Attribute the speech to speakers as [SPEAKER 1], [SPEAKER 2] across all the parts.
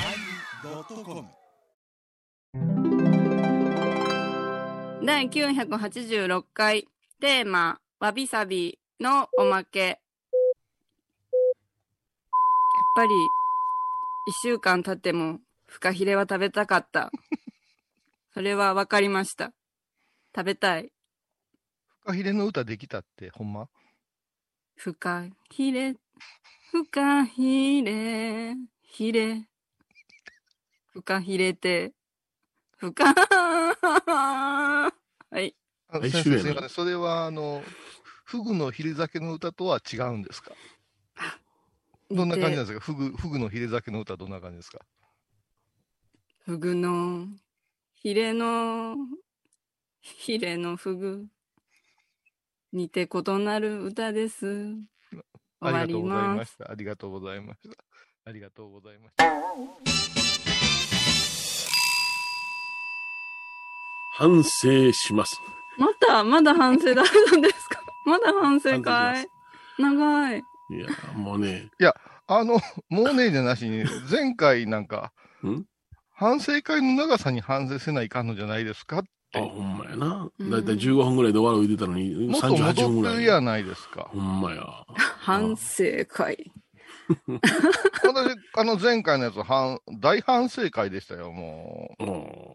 [SPEAKER 1] yosmir.com
[SPEAKER 2] 第986回テーマ「わびさび」のおまけやっぱり1週間経ってもフカヒレは食べたかったそれは分かりました食べたい
[SPEAKER 3] フカヒレの歌できたって、ほんま
[SPEAKER 2] フカヒレフカヒレヒレフカヒレてフカ はい
[SPEAKER 3] あ
[SPEAKER 4] 来
[SPEAKER 3] 先
[SPEAKER 4] 週
[SPEAKER 3] 生す
[SPEAKER 4] やな
[SPEAKER 3] いませんそれは、あの、フグのヒレ酒の歌とは違うんですかどんな感じなんですかフグ、フグのヒレ酒の歌どんな感じですか
[SPEAKER 2] フグの、ヒレの、ヒレのフグ。似て異なる歌です。終
[SPEAKER 3] あ
[SPEAKER 2] わ
[SPEAKER 3] り
[SPEAKER 2] り
[SPEAKER 3] がとうござい
[SPEAKER 2] ま。
[SPEAKER 3] ますした。ありがとうございました。ありがとうございました。
[SPEAKER 4] 反省します。
[SPEAKER 2] また、まだ反省だったんです かまだ反省
[SPEAKER 4] 反省
[SPEAKER 2] か
[SPEAKER 4] し
[SPEAKER 2] い長い。
[SPEAKER 4] いや、もうね、
[SPEAKER 3] あの、もうねえじゃなしに、前回なんか
[SPEAKER 4] ん、
[SPEAKER 3] 反省会の長さに反省せないかんのじゃないですか
[SPEAKER 4] あ、ほんまやな。
[SPEAKER 2] うん
[SPEAKER 4] だいたい15分ぐらいで終わる言うてたのに、
[SPEAKER 3] もっと
[SPEAKER 4] 38分ぐ
[SPEAKER 3] 戻って
[SPEAKER 4] ら
[SPEAKER 3] る
[SPEAKER 4] い。
[SPEAKER 3] やないですか。
[SPEAKER 4] ほんまや。
[SPEAKER 2] 反省会。
[SPEAKER 3] 私、あの前回のやつ、反大反省会でしたよ、も
[SPEAKER 4] あー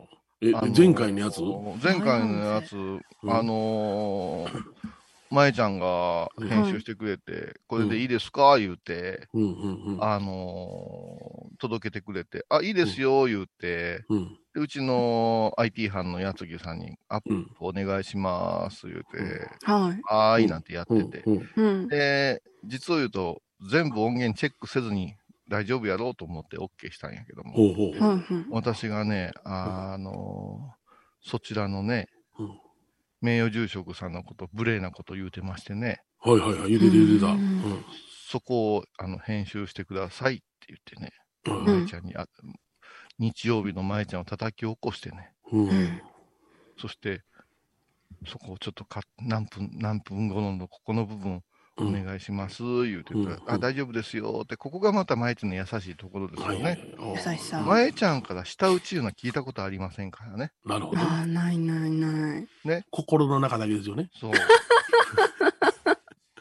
[SPEAKER 3] う
[SPEAKER 4] え、。
[SPEAKER 3] あの
[SPEAKER 4] 前回のやつ
[SPEAKER 3] 前回のやつ、
[SPEAKER 4] ん
[SPEAKER 3] あのー、まえちゃんが編集してくれて、これでいいですか言うて、
[SPEAKER 4] うんうんうん。
[SPEAKER 3] あのー、届けてくれて、あ、いいですよ、言うて、
[SPEAKER 4] うん
[SPEAKER 3] でうちの IT 班のやつぎさんに、アップ
[SPEAKER 4] うん
[SPEAKER 3] お願いします、言うて、
[SPEAKER 2] はい。
[SPEAKER 3] はーい、なんてやっ
[SPEAKER 4] うん
[SPEAKER 3] てて。
[SPEAKER 4] うん
[SPEAKER 2] うん。
[SPEAKER 3] で、実を言うと、全部音源チェックせずに大丈夫やろうと思って OK したんやけども。
[SPEAKER 4] ほうほう。
[SPEAKER 2] はいはい
[SPEAKER 3] 私がね、あーあのーそちらのね、
[SPEAKER 4] うん
[SPEAKER 3] 名誉住職さんのこと、無礼なこと言うてましてね、
[SPEAKER 4] はいはいはい、ゆでてゆでた。
[SPEAKER 2] う
[SPEAKER 4] うんん。
[SPEAKER 3] そこをあの編集してくださいって言ってね、
[SPEAKER 4] うん
[SPEAKER 3] 舞ちゃんにあ、日曜日の舞ちゃんを叩き起こしてね、
[SPEAKER 4] うん
[SPEAKER 2] うん
[SPEAKER 3] そして、そこをちょっとか何分、何分後のここの部分、お願いします、言うてたら、
[SPEAKER 4] うん
[SPEAKER 3] あ、大丈夫ですよって、ここがまた舞ちゃんの優しいところですよ
[SPEAKER 4] はいはいはい
[SPEAKER 3] ね。
[SPEAKER 4] あー
[SPEAKER 2] 優しさ
[SPEAKER 3] 舞ちゃんから舌打ちいうのは聞いたことありませんからね。
[SPEAKER 4] なるほど。
[SPEAKER 2] ああ、ないないない。
[SPEAKER 4] 心の中だけですよね。
[SPEAKER 3] そう。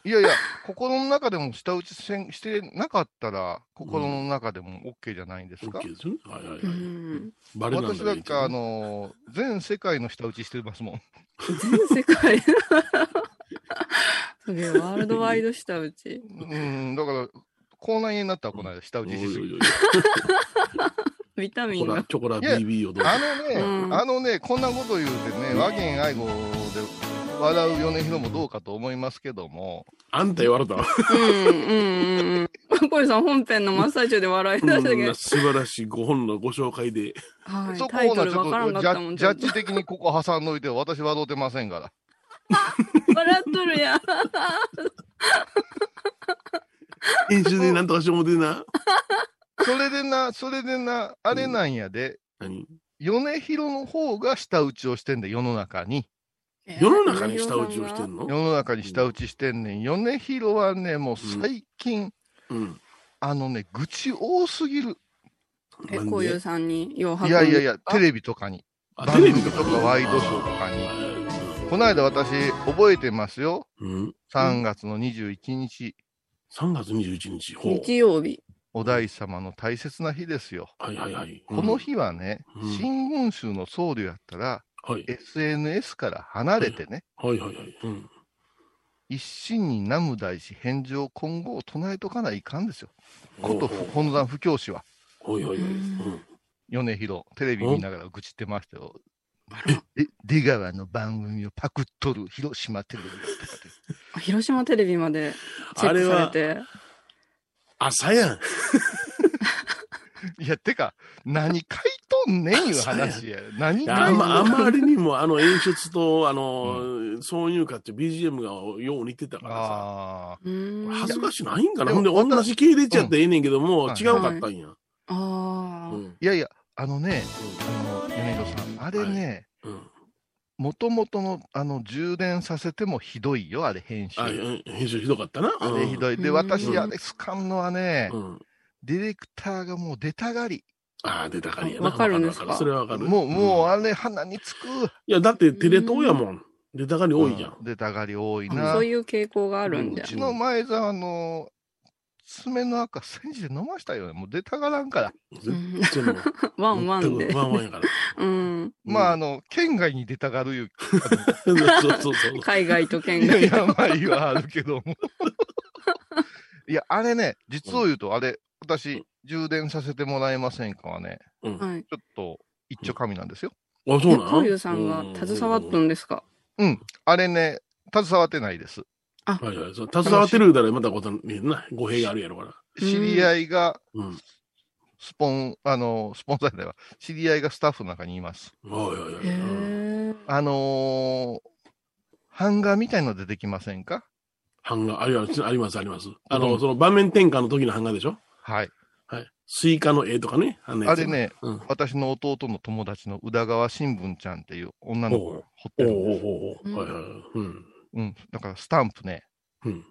[SPEAKER 3] いやいや、心の中でも舌打ちせんしてなかったら、心の中でも OK じゃないんですか、
[SPEAKER 4] OK ですよね。はいはいは
[SPEAKER 2] う
[SPEAKER 4] い。
[SPEAKER 2] ん。
[SPEAKER 4] バレなんだ
[SPEAKER 3] 私
[SPEAKER 4] け
[SPEAKER 3] な
[SPEAKER 4] ど
[SPEAKER 3] んか、あのー全世界の舌打ちしてますもん。
[SPEAKER 2] 全世 界。すげえ、ワールドワイドしたう ち。
[SPEAKER 3] うん、だから、口内炎になったらこの間、舌打
[SPEAKER 4] お
[SPEAKER 3] ち
[SPEAKER 4] い
[SPEAKER 3] しす
[SPEAKER 4] お
[SPEAKER 3] ぎ
[SPEAKER 4] いおい
[SPEAKER 2] ビタ
[SPEAKER 4] チ
[SPEAKER 2] ミ
[SPEAKER 4] ョ
[SPEAKER 2] ン
[SPEAKER 4] コラ、
[SPEAKER 2] が。
[SPEAKER 4] チョコラ
[SPEAKER 3] いや
[SPEAKER 4] BB をどうぞ
[SPEAKER 3] あのね、
[SPEAKER 2] うん
[SPEAKER 3] あのね、こんなこと言うてね、和言愛語で笑う米広もどうかと思いますけども、
[SPEAKER 4] あんた言われたわ。
[SPEAKER 2] うんうんうんうん。これさん本編の真っ最中で笑い出したけ
[SPEAKER 4] う
[SPEAKER 2] ど
[SPEAKER 4] ん、素晴らしい5本のご紹介で。
[SPEAKER 2] はい、
[SPEAKER 3] そこ
[SPEAKER 2] タイ
[SPEAKER 3] を
[SPEAKER 2] ト
[SPEAKER 3] な
[SPEAKER 2] ル
[SPEAKER 3] ちょ
[SPEAKER 2] わからんかっ
[SPEAKER 3] っとジャ
[SPEAKER 2] たも
[SPEAKER 3] ッ
[SPEAKER 2] ん。
[SPEAKER 3] ジャッジ的にここ挟んどいて、私笑うてませんから。
[SPEAKER 2] 笑っとるやん。
[SPEAKER 4] 編集でなんとかしてもうてな。
[SPEAKER 3] それでな、それでな、あれなんやで、
[SPEAKER 4] 何
[SPEAKER 3] 米広の方が舌打ちをしてんねん、世の中に。
[SPEAKER 4] 世の中に舌打ちをしてんの
[SPEAKER 3] 世の中に舌打ちしてんねん。米広はね、もう最近、
[SPEAKER 4] うん。
[SPEAKER 3] あのね、愚痴多すぎる。
[SPEAKER 2] え、
[SPEAKER 4] なんで
[SPEAKER 2] こういうさんに、ようは。
[SPEAKER 3] いやいやい
[SPEAKER 2] や。
[SPEAKER 3] や、テレビとかに、
[SPEAKER 4] あ
[SPEAKER 3] 番組とかワイドショーと
[SPEAKER 4] あ
[SPEAKER 3] かに。
[SPEAKER 4] ー
[SPEAKER 3] この間私、覚えてますよ。
[SPEAKER 4] うん。
[SPEAKER 3] 3月の21日、
[SPEAKER 4] 3月21日。ほう。
[SPEAKER 2] 日曜日。
[SPEAKER 3] お大師様の大切な日ですよ。
[SPEAKER 4] はいはいはい。
[SPEAKER 3] この日はね、
[SPEAKER 4] うん
[SPEAKER 3] 新聞州の僧侶やったら、
[SPEAKER 4] うん。はい。
[SPEAKER 3] SNS から離れてね、
[SPEAKER 4] はいはいはい。うん。
[SPEAKER 3] 一心に南無大師返上今後を唱えとかないかんですよ。こと
[SPEAKER 4] ほう
[SPEAKER 3] 本山布教師は、
[SPEAKER 4] ほうはいはいはい。
[SPEAKER 2] う
[SPEAKER 4] うんん。
[SPEAKER 3] 米広、テレビ見ながら愚痴ってましたよ。え、出川の番組をパクっとる、広島テレビとかで。
[SPEAKER 2] あ広島テレビまでチェ
[SPEAKER 4] あれ
[SPEAKER 2] ックされ
[SPEAKER 4] は
[SPEAKER 2] て。
[SPEAKER 4] 朝やん。
[SPEAKER 3] いや、てか、何書いとんねんいう話 や。何書い
[SPEAKER 4] あ
[SPEAKER 3] とん
[SPEAKER 4] まあまりにもあの演出と、あの、挿入歌って BGM がよう似てたからさ。
[SPEAKER 3] あ
[SPEAKER 2] うーん。
[SPEAKER 4] 恥ずかしないんかな。
[SPEAKER 3] で
[SPEAKER 4] ほ
[SPEAKER 3] も
[SPEAKER 4] んで、同じ系出ちゃってええねんけども、
[SPEAKER 3] うん
[SPEAKER 4] 違うかったんや。う
[SPEAKER 2] あ
[SPEAKER 4] ん。
[SPEAKER 3] ーいやいや、あのね、あの、米広さん、あれね、
[SPEAKER 4] うん。
[SPEAKER 3] もともとの、あの、充電させてもひどいよ、あれ、編集。
[SPEAKER 4] あ
[SPEAKER 3] あ
[SPEAKER 4] うん編集ひどかったな。うん
[SPEAKER 3] れひどい。で、
[SPEAKER 2] うん
[SPEAKER 3] 私、
[SPEAKER 4] うん
[SPEAKER 3] あれ、スカンのはね、
[SPEAKER 4] うん。
[SPEAKER 3] ディレクターがもう出たがり。
[SPEAKER 4] ああ、出たかりやな。
[SPEAKER 2] わかるんですか
[SPEAKER 4] わそれはわかる。
[SPEAKER 3] もう、もう、
[SPEAKER 4] ん
[SPEAKER 3] あれ、鼻につく。
[SPEAKER 4] いや、だってテレ東やもん。出たかり多いじゃん
[SPEAKER 3] う。出たがり多い
[SPEAKER 4] うん
[SPEAKER 3] な。
[SPEAKER 2] そう
[SPEAKER 3] う
[SPEAKER 2] いう傾向があるんだ
[SPEAKER 4] う
[SPEAKER 2] よ。
[SPEAKER 3] ちの前澤の、爪の赤、煎じで飲ましたよね。もう出たがらんから。
[SPEAKER 4] 全然もう。
[SPEAKER 2] ワンワン
[SPEAKER 4] 全
[SPEAKER 2] で
[SPEAKER 4] く。ワンワンやから。
[SPEAKER 2] うん。
[SPEAKER 3] まあ、あの、県外に出たがるいう。
[SPEAKER 4] そうそうそう。
[SPEAKER 2] 海外と県
[SPEAKER 3] いや、
[SPEAKER 2] 外。
[SPEAKER 3] 病はあるけども。いや、あれね、実を言うと、あれ、私、充電させてもらえませんかはね、
[SPEAKER 4] うん。あ、
[SPEAKER 2] はい。
[SPEAKER 3] ちょっと、一丁紙なんですよ。
[SPEAKER 4] そうなん
[SPEAKER 2] こういうさんが携わっと
[SPEAKER 4] うん
[SPEAKER 2] んですか
[SPEAKER 3] あれね、携わってないです。
[SPEAKER 4] はいはい。そう携わってるだらまたことにな、語弊があるやろから。
[SPEAKER 2] うん
[SPEAKER 3] 知り合いが、
[SPEAKER 4] うん。
[SPEAKER 3] スポン、あの、スポンサーでは、知り合いがスタッフの中にいます。
[SPEAKER 4] はいはいは
[SPEAKER 2] へ
[SPEAKER 4] いうん。
[SPEAKER 2] え。
[SPEAKER 3] あのー、版画みたいの出てきませんか
[SPEAKER 4] 版画、あります、あります、あります。あ
[SPEAKER 3] う
[SPEAKER 4] の、
[SPEAKER 3] ん
[SPEAKER 4] その場面転換の時の版画でしょ
[SPEAKER 3] はい。
[SPEAKER 4] はい。スイカの絵とかね。あのや
[SPEAKER 3] あ
[SPEAKER 4] つ
[SPEAKER 3] れ。ね、
[SPEAKER 4] うん。
[SPEAKER 3] 私の弟の友達の宇田川新聞ちゃんっていう女の子
[SPEAKER 4] おう
[SPEAKER 3] 彫って
[SPEAKER 4] おう
[SPEAKER 3] るんです。
[SPEAKER 4] おうおうはいはいはい。うん。
[SPEAKER 3] うん。だからスタンプね、
[SPEAKER 4] うん。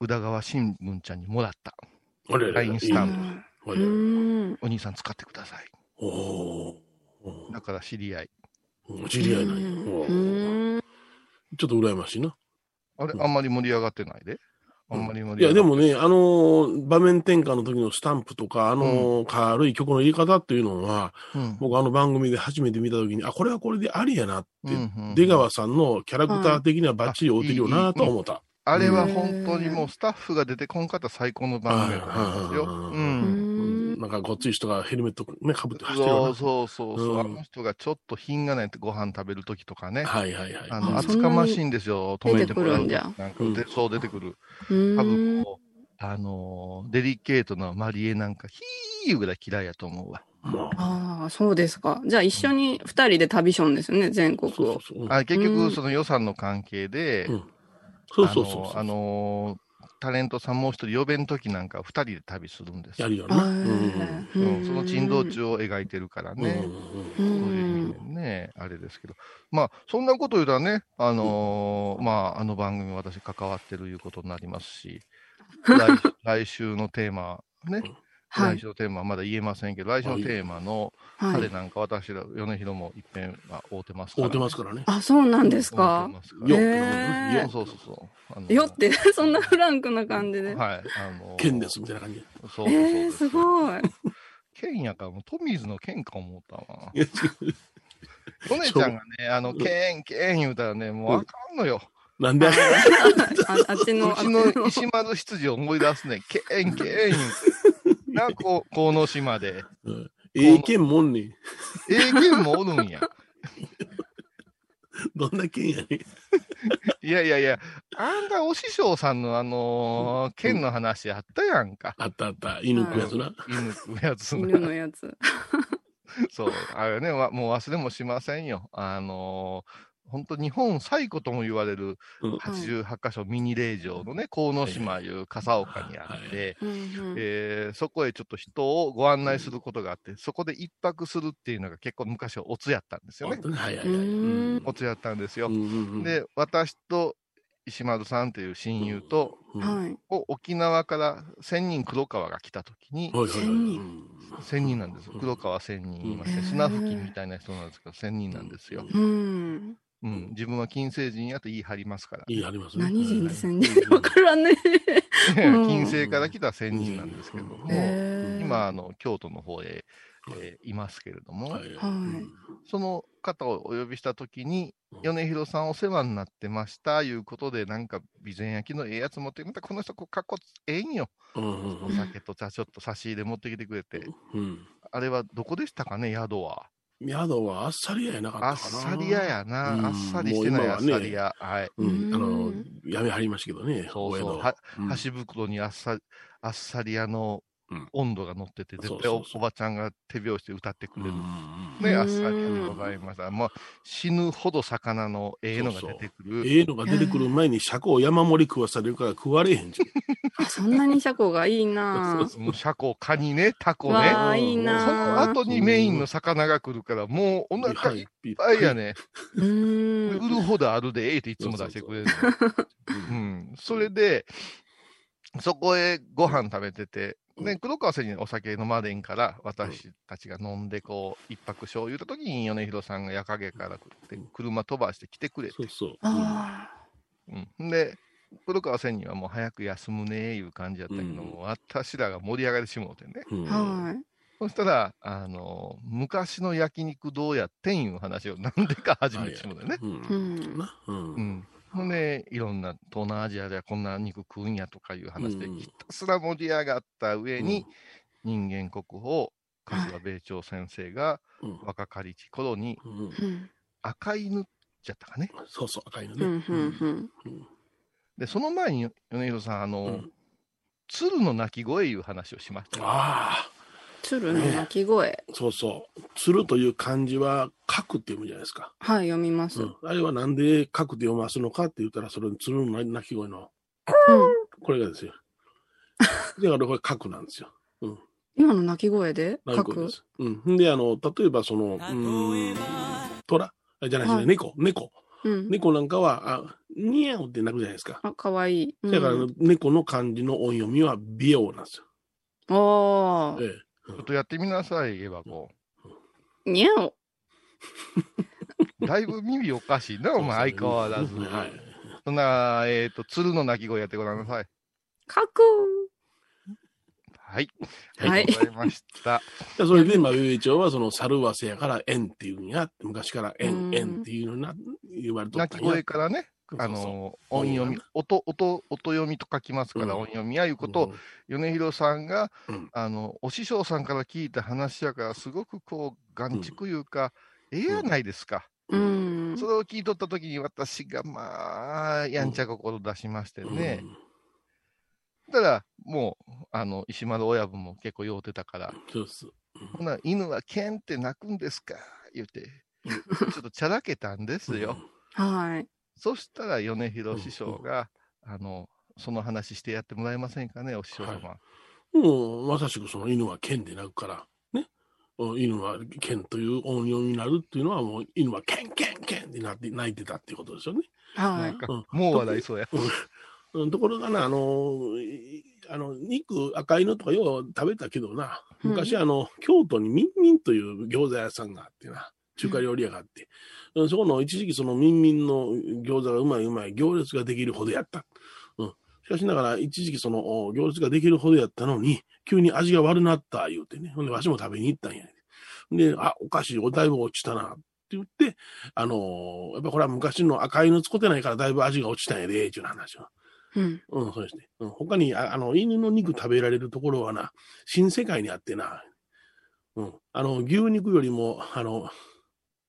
[SPEAKER 3] 宇田川新聞ちゃんにもらった。
[SPEAKER 4] あれあれ
[SPEAKER 3] ラインスタンプ
[SPEAKER 4] プ。は
[SPEAKER 2] う
[SPEAKER 4] いはい
[SPEAKER 2] ん。
[SPEAKER 3] お兄さん使ってください。
[SPEAKER 4] おお
[SPEAKER 3] だから知り合い。
[SPEAKER 4] お知り合いなんやお
[SPEAKER 2] う
[SPEAKER 4] ー
[SPEAKER 2] ん。
[SPEAKER 4] ちょっと羨ましいな。
[SPEAKER 3] あれ
[SPEAKER 4] う、ん
[SPEAKER 3] あんまり盛り上がってないで。あんまり盛
[SPEAKER 4] い
[SPEAKER 3] り
[SPEAKER 4] や、
[SPEAKER 3] 上
[SPEAKER 4] で
[SPEAKER 3] がって
[SPEAKER 4] もね、あのー場面転換の時のスタンプとか、あのー軽い曲の言い方っていうのは、
[SPEAKER 3] ない。
[SPEAKER 4] 僕あの番組で初めて見た時に、あ、これはこれでありやなって、
[SPEAKER 3] うん
[SPEAKER 4] 出川さんのキャラクター的にはバッチリ合うてるよなと思った。
[SPEAKER 3] あれは本当にもうスタッフが出てこんかった最高の番組なんですよ。。
[SPEAKER 4] はいはいはいはいう
[SPEAKER 2] うんん。
[SPEAKER 4] なんかごっつい人がヘルメットね、かぶって走ってるよ
[SPEAKER 3] そう
[SPEAKER 4] な。
[SPEAKER 3] そうそうそう、
[SPEAKER 4] うん
[SPEAKER 3] あの人がちょっと品がないってご飯食べるときとかね、
[SPEAKER 4] はいはいはい。
[SPEAKER 3] あ
[SPEAKER 4] うん
[SPEAKER 3] の
[SPEAKER 2] あそん
[SPEAKER 3] 厚
[SPEAKER 2] な
[SPEAKER 3] か
[SPEAKER 2] に
[SPEAKER 3] ましいんですよ、止めてもらう
[SPEAKER 2] 出てくるんじゃん
[SPEAKER 3] なんかでそう出てくる、
[SPEAKER 2] う
[SPEAKER 3] 多
[SPEAKER 2] ん
[SPEAKER 3] 分。こうあのーデリケートなマリエなんか、ひーいうぐらい嫌いやと思うわ。
[SPEAKER 4] まあ、
[SPEAKER 2] ああ、そうですか。じゃあ一緒に二人で旅しょんですよね、全国
[SPEAKER 4] そうそう
[SPEAKER 2] を。
[SPEAKER 4] そう。うん
[SPEAKER 3] あ結
[SPEAKER 2] う
[SPEAKER 3] 局、
[SPEAKER 2] ん
[SPEAKER 3] その予算の関係で、
[SPEAKER 4] うんそうそうそうそう。
[SPEAKER 3] あのーあのータレントさんもう一人、呼べん時なんか、二人で旅するんです
[SPEAKER 4] や
[SPEAKER 3] よ、
[SPEAKER 4] るよな。
[SPEAKER 2] あ
[SPEAKER 4] うん
[SPEAKER 2] ー
[SPEAKER 3] うん、その珍道。中を描いてるからね。
[SPEAKER 4] うんうんうん
[SPEAKER 2] う
[SPEAKER 3] そういう意
[SPEAKER 2] ん
[SPEAKER 3] 味。でね、あれですけど、まあ、そんなこと言うたらね、あのーまあ、あの番組、私、関わってるいうことになります し、来来週のテーマ、ね、
[SPEAKER 2] は
[SPEAKER 3] 来
[SPEAKER 2] い。
[SPEAKER 3] 週のテーマ、まだ言えませんけど、来週のテーマの、
[SPEAKER 2] は
[SPEAKER 3] 彼
[SPEAKER 2] い。
[SPEAKER 3] なんか、私ら、米広も一遍は会うてますか
[SPEAKER 4] 合
[SPEAKER 3] ら、
[SPEAKER 4] うてますからね。
[SPEAKER 2] あ、そうなんです
[SPEAKER 3] 会
[SPEAKER 2] か
[SPEAKER 3] うて。ますから
[SPEAKER 4] よ、
[SPEAKER 2] へ
[SPEAKER 4] え
[SPEAKER 2] ー
[SPEAKER 4] よ、
[SPEAKER 3] そうそうそう。あのー
[SPEAKER 2] よっ、て、そんなフランクな感じで。
[SPEAKER 3] はい、あのー
[SPEAKER 4] 剣ですみたいな感じ。
[SPEAKER 3] そうそうそう
[SPEAKER 2] ええ、すごい。
[SPEAKER 3] 剣やから、もう、トミーズの剣か思ったわ。
[SPEAKER 4] いや違う
[SPEAKER 3] 米ちゃんがね、あの、剣、剣言うたらね、もうあかんのよ。
[SPEAKER 4] なんであれ
[SPEAKER 2] ああっちの、
[SPEAKER 3] う
[SPEAKER 2] あっ
[SPEAKER 3] ち
[SPEAKER 2] ち
[SPEAKER 3] の石丸執事を思い出 すね。けんけん。な、こう、この島で。
[SPEAKER 4] うんええ剣もんねん。
[SPEAKER 3] ええ剣もおる んや。
[SPEAKER 4] どんな剣やねん。
[SPEAKER 3] いやいやいや、あんたお師匠さんのあのー剣の話あったやんか。
[SPEAKER 4] あったあった。犬食うやつな。
[SPEAKER 3] 犬食うやつ
[SPEAKER 2] 犬
[SPEAKER 3] な。
[SPEAKER 2] のやつ。
[SPEAKER 3] そう。あれね、わもう忘れもしませんよ。あのー本当日本最古とも言われる
[SPEAKER 4] うん
[SPEAKER 3] 88箇所ミニ霊場のね、鴻ノ島いう笠岡にあって、
[SPEAKER 2] うんうん
[SPEAKER 3] えーそこへちょっと人をご案内することがあって、そこで一泊するっていうのが結構昔はおつやったんですよね。
[SPEAKER 4] はいはいはい。
[SPEAKER 2] う
[SPEAKER 4] うんん
[SPEAKER 3] おつやったんですよ。
[SPEAKER 4] うんうん
[SPEAKER 3] で、私と石丸さんっていう親友と、、
[SPEAKER 4] うんはい
[SPEAKER 2] はい。
[SPEAKER 3] お沖縄から仙人黒川が来た時に、
[SPEAKER 4] はいはい。
[SPEAKER 2] 仙人
[SPEAKER 3] 仙人なんですよ。黒川仙人いまして、
[SPEAKER 2] うん
[SPEAKER 3] 砂吹きみたいな人なんですけど、仙人なんですよ。
[SPEAKER 2] うん。
[SPEAKER 3] うん、自分は金星人やと言い張りますから。
[SPEAKER 4] いいありますね。
[SPEAKER 2] 何人ですね
[SPEAKER 4] はい。は
[SPEAKER 2] わからねえ。うん
[SPEAKER 3] 金星から来た仙人なんですけども、
[SPEAKER 4] うん
[SPEAKER 2] へー
[SPEAKER 3] 今、あの、京都の方へ、えーいますけれども、
[SPEAKER 4] いはい。
[SPEAKER 2] はい
[SPEAKER 3] その方をお呼びしたときに
[SPEAKER 4] うん、
[SPEAKER 3] 米広さんお世話になってました、いうことで、なんか備前焼きのええやつ持って、またこの人こう、かっこええんよ。
[SPEAKER 4] うんうん
[SPEAKER 3] お酒と茶ちょっと差し入れ持ってきてくれて、
[SPEAKER 4] うん。
[SPEAKER 3] あれはどこでしたかね、宿は。
[SPEAKER 4] 宿はあっさりやなか
[SPEAKER 3] あっ
[SPEAKER 4] ったかな。
[SPEAKER 3] さり屋や
[SPEAKER 4] うん
[SPEAKER 3] な。あっさりしてない
[SPEAKER 4] も
[SPEAKER 3] あっ
[SPEAKER 4] う今はね
[SPEAKER 3] さり屋。はい。
[SPEAKER 4] うん。あ
[SPEAKER 2] う
[SPEAKER 4] の
[SPEAKER 2] ん、
[SPEAKER 4] やめはりましたけどね。
[SPEAKER 3] そうそう。
[SPEAKER 4] 大
[SPEAKER 3] は
[SPEAKER 4] 江戸うん
[SPEAKER 3] 箸袋にあっさあっさり屋の
[SPEAKER 4] うん
[SPEAKER 3] 温度が乗ってて、
[SPEAKER 4] そ
[SPEAKER 3] 絶
[SPEAKER 4] う
[SPEAKER 3] 対
[SPEAKER 4] そう
[SPEAKER 3] お
[SPEAKER 4] そ
[SPEAKER 3] お
[SPEAKER 4] う
[SPEAKER 3] ばちゃんが手拍子で歌ってくれ
[SPEAKER 4] うんう
[SPEAKER 3] る
[SPEAKER 4] ん。うん
[SPEAKER 3] ね、
[SPEAKER 2] うん
[SPEAKER 3] あっさり屋でございました。もう死ぬほど魚のええのが出てくる。
[SPEAKER 4] ええのが出てくる前にシャコを山盛り食わされるから食われへんじ
[SPEAKER 2] あ、そんなに車庫がいいな
[SPEAKER 4] そう
[SPEAKER 2] ぁ
[SPEAKER 4] そ
[SPEAKER 3] もうシャコ、カニね、タコね。
[SPEAKER 2] わあ、いい
[SPEAKER 3] その
[SPEAKER 2] なぁ
[SPEAKER 3] 後にメインの魚が来るから、もうお腹いっ
[SPEAKER 4] いっ
[SPEAKER 3] ぱいや。ね。
[SPEAKER 2] うー
[SPEAKER 3] 売
[SPEAKER 2] ん。
[SPEAKER 3] るほどあるで、ええっていつも出してくれる。う
[SPEAKER 4] うん
[SPEAKER 3] ん。それで、そこへご飯食べてて、ね、黒川先生にお酒飲まれんから、私たちが飲んで、こう、一泊小言った時に、米広さんが夜影から来て
[SPEAKER 4] うん
[SPEAKER 3] 車飛ばして来てくれて。
[SPEAKER 4] そうそう。
[SPEAKER 2] あ
[SPEAKER 3] うん。で、黒川先生にはもう早く休むねーいう感じやったけども、私らが盛り上がりしもうてね。
[SPEAKER 4] うん
[SPEAKER 2] あ、はい。
[SPEAKER 3] そしたら、あの、昔の焼肉どうやってんいう話をなんでか始めてしまうんだよね。
[SPEAKER 4] うん
[SPEAKER 2] うん。
[SPEAKER 4] なうん
[SPEAKER 3] うん。ほんで、いろんな東南アジアではこんな肉食うんやとかいう話で、
[SPEAKER 4] うん
[SPEAKER 3] ひたすら盛り上がった上に、人間国宝、柏米朝先生が
[SPEAKER 4] うん
[SPEAKER 3] 若かりし頃に
[SPEAKER 4] うん
[SPEAKER 2] うん。
[SPEAKER 3] 赤犬じゃったかね。
[SPEAKER 4] そうそう、赤いの
[SPEAKER 2] う
[SPEAKER 4] ね。
[SPEAKER 2] ん。うん。
[SPEAKER 3] で、その前に米広さん、あの、
[SPEAKER 4] うん
[SPEAKER 3] 鶴の鳴き声いう話をしましたよ。
[SPEAKER 4] ああ、
[SPEAKER 2] 鶴の鳴き声。
[SPEAKER 4] そうそう。鶴という漢字は、角って読むじゃないですか。
[SPEAKER 2] はい、読みます。
[SPEAKER 4] う
[SPEAKER 2] うん
[SPEAKER 4] ん。あれはなんで角って読ますのかって言ったら、それの鶴の鳴き声の、これ がですよ。だからこれ角なんですよ。
[SPEAKER 2] 今の鳴き声で
[SPEAKER 4] 鳴
[SPEAKER 2] 書
[SPEAKER 4] き声で
[SPEAKER 2] く
[SPEAKER 4] す。うん。で、あの、例えばその、う
[SPEAKER 1] 例え
[SPEAKER 4] ん
[SPEAKER 1] ば、
[SPEAKER 4] 虎あじゃないです
[SPEAKER 2] は
[SPEAKER 4] ね、
[SPEAKER 2] い
[SPEAKER 4] 猫、猫。
[SPEAKER 2] うん。
[SPEAKER 4] 猫なんかは、あ、ニャオって鳴くじゃないですか。
[SPEAKER 2] あ、かわいい。うん
[SPEAKER 4] だから、猫の漢字の音読みは、ビオなんですよ。
[SPEAKER 2] おー。
[SPEAKER 4] え
[SPEAKER 3] ちょっとやってみなさい、エヴァ 子。
[SPEAKER 2] にゃお。
[SPEAKER 3] だいぶ耳おかしいな、
[SPEAKER 4] え。
[SPEAKER 3] お前、相変わらず。
[SPEAKER 4] はい。
[SPEAKER 3] そんな、えっ、と、鶴の鳴き声やってごらんなさい。
[SPEAKER 2] 書く。
[SPEAKER 3] はい。
[SPEAKER 2] はい
[SPEAKER 3] ありがとうございました。
[SPEAKER 4] でそれで、まあ、上町は、その、猿はせやから、縁っていうんや、昔から
[SPEAKER 2] う
[SPEAKER 4] 縁、
[SPEAKER 2] ん
[SPEAKER 4] 縁っていうのな、言われ とっ
[SPEAKER 3] 鳴
[SPEAKER 4] た
[SPEAKER 3] き
[SPEAKER 4] んや。
[SPEAKER 3] 声からね、
[SPEAKER 4] そうそう
[SPEAKER 3] あの、音読み、音、音、音読みと書きますから、
[SPEAKER 4] うん
[SPEAKER 3] 音読みやいうことを、米広さんが、
[SPEAKER 4] うん
[SPEAKER 3] あの、お師匠さんから聞いた話やから、すごくこう、眼畜いうか、ええやないですか。
[SPEAKER 2] うん。
[SPEAKER 3] それを聞いとったときに、私が、まあ、やんちゃ心出しまして
[SPEAKER 4] うん
[SPEAKER 3] ね。。たら、もう、あの、石丸親分も結構酔うてたから、
[SPEAKER 4] そうそう。
[SPEAKER 3] ほな、犬はケンって鳴くんですか言って、ちょっとちゃらけたんですよ。
[SPEAKER 2] はい。
[SPEAKER 3] そしたら米広師匠が、あの、その話してやってもらえませんかね、お師匠様。
[SPEAKER 4] うん。もう、まさしくその犬は剣でなくから、ね。うん犬は剣という音読みになるっていうのは、もう犬は剣剣剣ってなって泣いてたっていうことですよね。
[SPEAKER 2] は
[SPEAKER 3] ないん。か
[SPEAKER 4] うん、
[SPEAKER 3] もう笑いそうや。
[SPEAKER 4] うんところがな、あの、いあの肉、赤いのとかよう食べたけどな、
[SPEAKER 2] うん
[SPEAKER 4] 昔、あの、京都にミンミンという餃子屋さんがあってな、中華料理屋があって、うん、そこの一時期そのミンミンの餃子がうまいうまい行列ができるほどやった。うん。しかしながら、一時期そのお行列ができるほどやったのに、急に味が悪なった言うてね、ほんで、わしも食べに行ったんや。で、あ、お菓子、おだいぶ落ちたな、って言って、あのーやっぱこれは昔の赤いの使ってないからだいぶ味が落ちたんやで、っていう話を。
[SPEAKER 2] うん。
[SPEAKER 4] うん、そうですね。うん、他にあ、あの、犬の肉食べられるところはな、新世界にあってな、うん、あの、牛肉よりも、あの、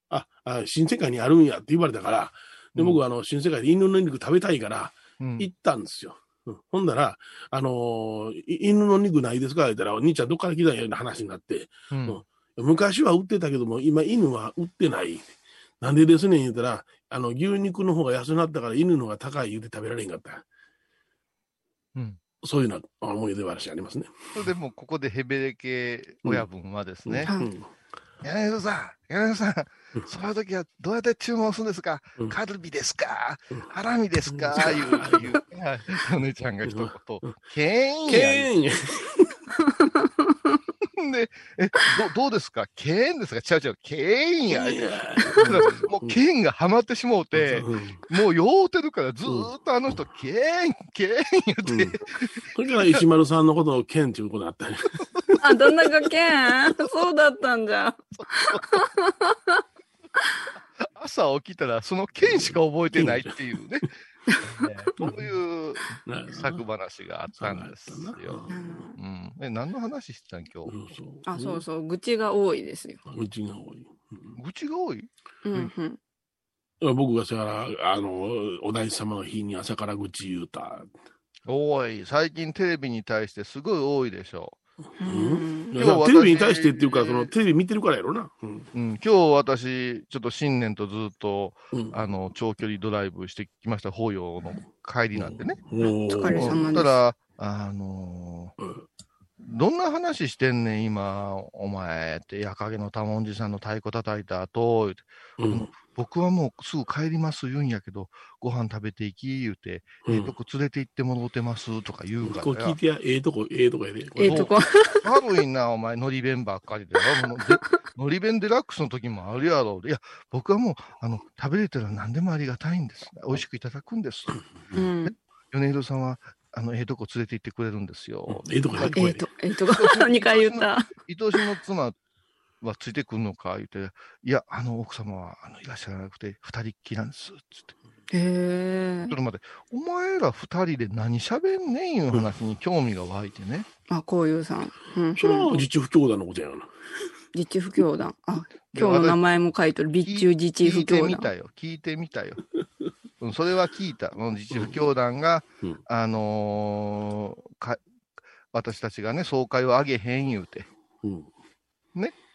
[SPEAKER 4] あ、あ新世界にあるんやって言われたから、で、僕、
[SPEAKER 3] うん
[SPEAKER 4] あの、新世界で犬の肉食べたいから、
[SPEAKER 3] うん
[SPEAKER 4] 行ったんですよ。うん、ほんだら、あのーい犬の肉ないですか言ったら、お兄ちゃんどっから来たんやな話になって、
[SPEAKER 3] うん
[SPEAKER 4] 昔は売ってたけども、今犬は売ってない。なんでですねん言ったら、あの、牛肉の方が安なったから犬の方が高い言うて食べられへんかった。
[SPEAKER 3] うん
[SPEAKER 4] そういうような思い出話ありますね。
[SPEAKER 3] それでもうここでヘベレ系親分はですね、
[SPEAKER 2] はい
[SPEAKER 4] うん
[SPEAKER 3] 柳広さん、柳広さ
[SPEAKER 4] うん
[SPEAKER 3] ん、その時はどうやって注文するんですか、
[SPEAKER 4] うん
[SPEAKER 3] カルビですか
[SPEAKER 4] うん
[SPEAKER 3] ハラミですか、
[SPEAKER 4] うん
[SPEAKER 3] いう、いう、はいお姉ちゃんが一言
[SPEAKER 4] うん、
[SPEAKER 3] けんや
[SPEAKER 4] けんや
[SPEAKER 3] んで、え、ど どうですかけんですか違う違う、けんや。
[SPEAKER 4] いや
[SPEAKER 3] もう、けんがハマってしもうて、
[SPEAKER 4] うん
[SPEAKER 3] もう酔うてるから、ずーっとあの人、けん、けん言って、
[SPEAKER 4] それから石丸さんのことをけんっていうことだったね。
[SPEAKER 2] あ、どんなかけん そうだったんじゃ。
[SPEAKER 3] 朝起きたら、そのけんしか覚えてないっていうね、そういう
[SPEAKER 4] なるほど
[SPEAKER 3] 作話があったんですよ。
[SPEAKER 2] うん
[SPEAKER 3] うん、え、何の話してたん、今
[SPEAKER 4] う
[SPEAKER 3] 日。
[SPEAKER 4] んそう
[SPEAKER 2] あ、そうそう。愚痴が多いですよ。
[SPEAKER 4] うちが多い。うん
[SPEAKER 3] 愚痴が多い
[SPEAKER 2] うんうん。
[SPEAKER 4] 僕がせやから、あの、お大師様の日に朝から愚痴言うた。
[SPEAKER 3] 多い。最近テレビに対してすごい多いでしょ
[SPEAKER 2] う
[SPEAKER 4] うん
[SPEAKER 2] ん
[SPEAKER 4] だからテレビに対してっていうか、そのテレビ見てるからやろな。うん。
[SPEAKER 3] う。うん、今日私、ちょっと新年とずっと、
[SPEAKER 4] うん
[SPEAKER 3] あの、長距離ドライブしてきました、法要の帰りなんでね。
[SPEAKER 4] おー
[SPEAKER 2] お疲れ様です
[SPEAKER 3] たら、あのー
[SPEAKER 4] うん
[SPEAKER 3] どんな話してんねん、今、お前って、矢影の多文字さんの太鼓叩いた後、言うて
[SPEAKER 4] うん
[SPEAKER 3] 僕はもうすぐ帰ります言うんやけど、ご飯食べていき、言うて、
[SPEAKER 4] う
[SPEAKER 3] ええ
[SPEAKER 4] ん
[SPEAKER 3] とこ連れて行ってもろうてますとか言うか
[SPEAKER 4] こう
[SPEAKER 3] ら
[SPEAKER 4] 聞い
[SPEAKER 3] や、
[SPEAKER 4] てや、ええとこ、ええとこやで。こ
[SPEAKER 2] え
[SPEAKER 4] れ
[SPEAKER 2] えとこ。
[SPEAKER 3] 悪いな、お前、のり弁ばっかりでな。もうでのり弁デラックスの時もあるやろう。いや、僕はもう、あの、食べれたら何でもありがたいんです。美味しくいただくんです。
[SPEAKER 2] うん。
[SPEAKER 3] 米広さんは、あの、ええとこ連れて行ってくれるんですよ。
[SPEAKER 4] ええとこやで。こ
[SPEAKER 2] え
[SPEAKER 4] れ
[SPEAKER 2] えと、ええとこ。2回 言 った。
[SPEAKER 3] 愛しの妻はついてくるのか言って、いや、あの、奥様は、あの、いらっしゃらなくて、二人っきりなんです。つって。
[SPEAKER 2] へえ
[SPEAKER 3] ちょっ。と待って、お前ら二人で何喋んねんいう話に興味が湧いてね。
[SPEAKER 2] あ、こういうさん。うんうん
[SPEAKER 4] それは自治不教団のことやな。
[SPEAKER 2] 自治不教団。あ、
[SPEAKER 3] で
[SPEAKER 2] 今日の名
[SPEAKER 3] 私
[SPEAKER 2] 前も書いてる。備中自治
[SPEAKER 3] 聞
[SPEAKER 2] 不
[SPEAKER 3] いて
[SPEAKER 2] 教
[SPEAKER 3] み
[SPEAKER 2] 団。
[SPEAKER 3] たよ、聞いてみたよ。うん、それは聞いた。うん自治部教団が、
[SPEAKER 4] うん
[SPEAKER 3] あのーか、私たちがね、総会をあげへん言うて、
[SPEAKER 4] うん。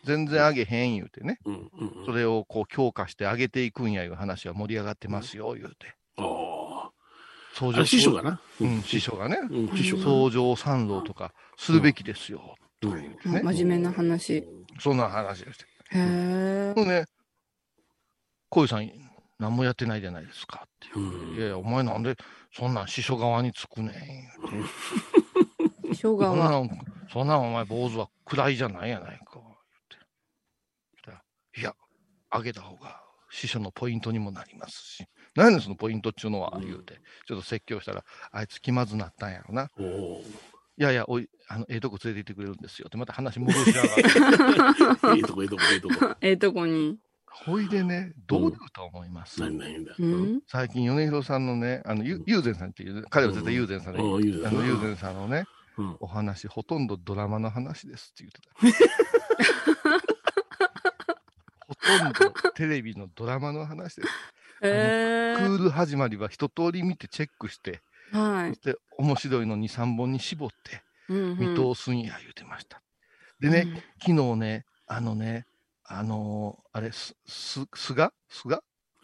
[SPEAKER 3] 全然あげへん言うてね、
[SPEAKER 4] うん。うん
[SPEAKER 3] それをこう強化してあげていくんやいう話が盛り上がってますよ言うて。
[SPEAKER 4] あ
[SPEAKER 3] 相
[SPEAKER 4] あ。あれ師匠
[SPEAKER 3] が、
[SPEAKER 4] がな。
[SPEAKER 3] うん、師。匠がね、
[SPEAKER 4] うん、師匠が。
[SPEAKER 3] 相乗三郎とかするべきですよ、
[SPEAKER 4] うん
[SPEAKER 3] ね
[SPEAKER 2] うん真面目な話。へ
[SPEAKER 3] そんな話をして。
[SPEAKER 2] え
[SPEAKER 3] ほ。んでね、小さん、何もやってないじゃないですかっていうう。
[SPEAKER 4] ん
[SPEAKER 3] いやいや、お前なんでそんなん師匠側につくねん言うて。
[SPEAKER 2] 書画
[SPEAKER 3] そんな
[SPEAKER 2] は。
[SPEAKER 3] ん、そんなんお前、坊主は暗いじゃないやないか。言って。いや、あげた方が師匠のポイントにもなりますし、何でそのポイントっちゅうのは、言うて、ちょっと説教したら、あいつ気まずなったんやろな。
[SPEAKER 4] おお。
[SPEAKER 3] いやいや、おい、あの、ええとこ連れて行ってくれるんですよって、また話戻しながら。
[SPEAKER 4] ええとこ、ええとこ、ええ とこ。
[SPEAKER 2] ええとこに。
[SPEAKER 3] ほいでね、どういうと思います、
[SPEAKER 4] 何何言うんだ。
[SPEAKER 2] う。ん。
[SPEAKER 3] 最近、米広さんのね、あの、ゆゆうぜんさんっていう、彼は絶対ゆうぜんさんで、
[SPEAKER 4] うん、言う
[SPEAKER 3] あ
[SPEAKER 4] だ
[SPEAKER 3] の、ゆう
[SPEAKER 4] な。
[SPEAKER 3] ぜんさんのね、
[SPEAKER 4] うん。
[SPEAKER 3] お話、ほとんどドラマの話ですって言 ってた。ほとんどテレビのドラマの話です。
[SPEAKER 2] へ
[SPEAKER 3] ク
[SPEAKER 2] え。
[SPEAKER 3] ール始まりは一通り見てチェックして、
[SPEAKER 2] は
[SPEAKER 3] そして面白いの2、3本に絞って、
[SPEAKER 2] い。うん
[SPEAKER 3] 見通すんや言うてました。でね、昨日ね、あのね、あのーあれ、す、す、菅菅
[SPEAKER 2] う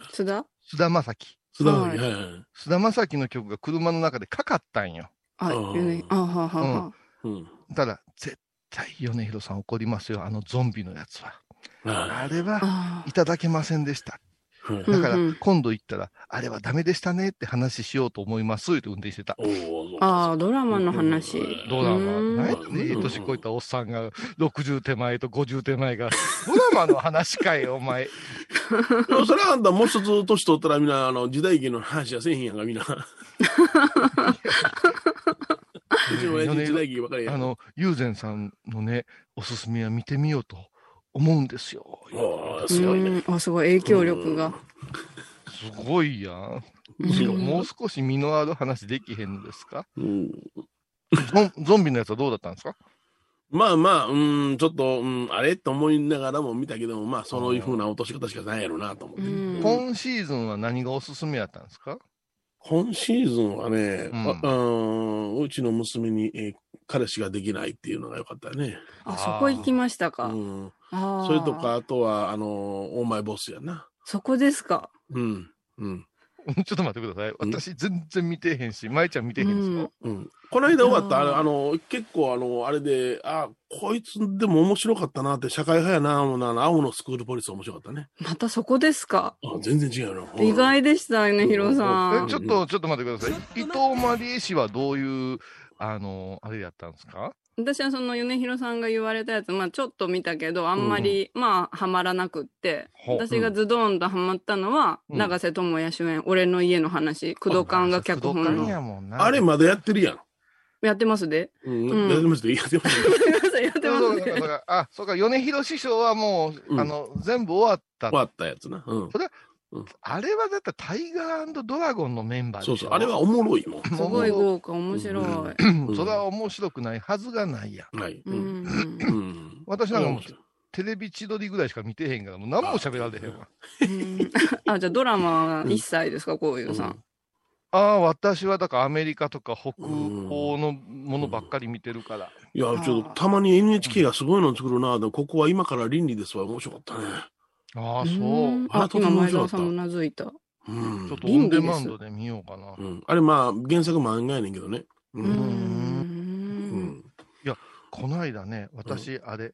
[SPEAKER 2] ん。津田
[SPEAKER 3] 菅田将暉。
[SPEAKER 4] 津田はいはい。
[SPEAKER 3] 菅田将暉の曲が車の中でかかったんよ。
[SPEAKER 2] あ、
[SPEAKER 4] あー
[SPEAKER 2] よね。あはははは。
[SPEAKER 4] うん。
[SPEAKER 3] ただ、絶対米広さん怒りますよ、あのゾンビのやつは。
[SPEAKER 4] は
[SPEAKER 3] あれは、
[SPEAKER 2] あ
[SPEAKER 3] いただけませんでした。
[SPEAKER 4] い。はい
[SPEAKER 2] うん
[SPEAKER 3] だから
[SPEAKER 2] うん、
[SPEAKER 3] 今度行ったら、あれはダメでしたねって話しようと思いますって運転してた。
[SPEAKER 4] おー
[SPEAKER 2] ああ、ドラマの話。
[SPEAKER 3] ドラマ。
[SPEAKER 2] うん
[SPEAKER 3] ねええ年こいたおっさんが、60手前と50手前が、ドラマの話かい、お前。
[SPEAKER 4] でもそれはあんたもう一つ年取ったらみんな、あの、時代劇の話はせえへんやんか、みんな。うちの親父時代劇ばかりや
[SPEAKER 3] あ
[SPEAKER 4] ん。
[SPEAKER 3] の、友禅さんのね、おすすめは見てみようと思うんですよ。
[SPEAKER 4] おー
[SPEAKER 2] う
[SPEAKER 4] すごいね。
[SPEAKER 2] ん。あ、すごい影響力が。
[SPEAKER 3] すごいやん。
[SPEAKER 2] うん
[SPEAKER 4] すごい
[SPEAKER 3] もう少し身のある話できへんのですか
[SPEAKER 4] うん。
[SPEAKER 3] ゾンゾンビのやつはどうだったんですか
[SPEAKER 4] まあまあ、うん、ちょっと、うん、あれと思いながらも見たけども、まあ、そういうふうな落とし方しかないやろなと思って。
[SPEAKER 2] うん
[SPEAKER 3] 今シーズンは何がおすすめやったんですか
[SPEAKER 4] 今シーズンはね、
[SPEAKER 3] うん
[SPEAKER 4] あうん、うちの娘に、えー彼氏ができないっていうのが良かったね。
[SPEAKER 2] あ、そこ行きました
[SPEAKER 4] う
[SPEAKER 2] か。
[SPEAKER 4] ん。
[SPEAKER 2] ああ。
[SPEAKER 4] それとか、あとは、あのー、オーマイボスやな。
[SPEAKER 2] そこですか。
[SPEAKER 4] うん。うん。
[SPEAKER 3] ちょっと待ってください。私、全然見てへんし、舞ちゃん見てへんすよ。
[SPEAKER 4] うん。この間終わった、あ
[SPEAKER 2] あー
[SPEAKER 4] の、あの結構、あの、あれで、あ、こいつでも面白かったなって、社会派やな、もうな、青のスクールポリス面白かったね。
[SPEAKER 2] またそこですか。
[SPEAKER 4] あ全然違うよな。
[SPEAKER 2] 意外でしたね、ヒロさ
[SPEAKER 3] え
[SPEAKER 2] ん
[SPEAKER 3] ち。ょっと、ちょっと待ってください。伊藤マリエ氏はどういう、あの、あれやったんですか
[SPEAKER 2] 私はその米広さんが言われたやつ、まあちょっと見たけど、あんまり、まあ、ハマらなくって。
[SPEAKER 3] ほう
[SPEAKER 2] 私がズドンとハマったのは、
[SPEAKER 3] うん
[SPEAKER 2] 長瀬智也主演、俺の家の話、工藤館が脚
[SPEAKER 3] 工藤
[SPEAKER 2] 本
[SPEAKER 3] 勘
[SPEAKER 2] の。
[SPEAKER 3] やもんな。
[SPEAKER 4] あれまだやってるやん。
[SPEAKER 2] やってます で。
[SPEAKER 4] うん。
[SPEAKER 2] うん
[SPEAKER 4] やってましたよ。やってましたよ。
[SPEAKER 2] ごめんなさいやってま
[SPEAKER 3] そう
[SPEAKER 2] す
[SPEAKER 3] かそうか
[SPEAKER 2] で
[SPEAKER 3] そう。かあ、そうか、米広師匠はもう、
[SPEAKER 4] うん
[SPEAKER 3] あの、全部終わった
[SPEAKER 4] 終。わったやつな。うん。
[SPEAKER 3] あれはだってタイガードラゴンのメンバーでし
[SPEAKER 4] そ
[SPEAKER 3] ょ
[SPEAKER 4] うそう。あれはおもろいも
[SPEAKER 2] すごい
[SPEAKER 3] も
[SPEAKER 2] 豪華、面白い。
[SPEAKER 3] うそれは面白くないはずがないやん。
[SPEAKER 4] ん。はい。
[SPEAKER 2] う
[SPEAKER 4] うん
[SPEAKER 2] う
[SPEAKER 4] ん。
[SPEAKER 2] ん
[SPEAKER 4] うん。
[SPEAKER 3] 私なんかもう
[SPEAKER 4] 面白い
[SPEAKER 3] テレビ千鳥ぐらいしか見てへんから、もう何も喋られへんわ。
[SPEAKER 2] うんあ、じゃあドラマは一切ですか、こういうさん。
[SPEAKER 3] ああー、私はだからアメリカとか北欧のものばっかり見てるから。
[SPEAKER 4] いや、ちょっとたまに NHK がすごいの作るな。でもここは今から倫理ですわ。面白かったね。
[SPEAKER 3] ああ、そう。
[SPEAKER 2] うん
[SPEAKER 4] あ
[SPEAKER 2] あ、
[SPEAKER 4] とて
[SPEAKER 2] 今
[SPEAKER 4] も面
[SPEAKER 2] 前
[SPEAKER 4] 白
[SPEAKER 2] 澤
[SPEAKER 4] かった
[SPEAKER 2] さんうなずいた。
[SPEAKER 4] うん。
[SPEAKER 3] ちょっとオンデマンドで見ようかな
[SPEAKER 4] う。ん。あれまあ、原作漫画やねんけどね。う。
[SPEAKER 2] うん
[SPEAKER 3] う
[SPEAKER 4] うん。
[SPEAKER 3] この間ね、私、あれ、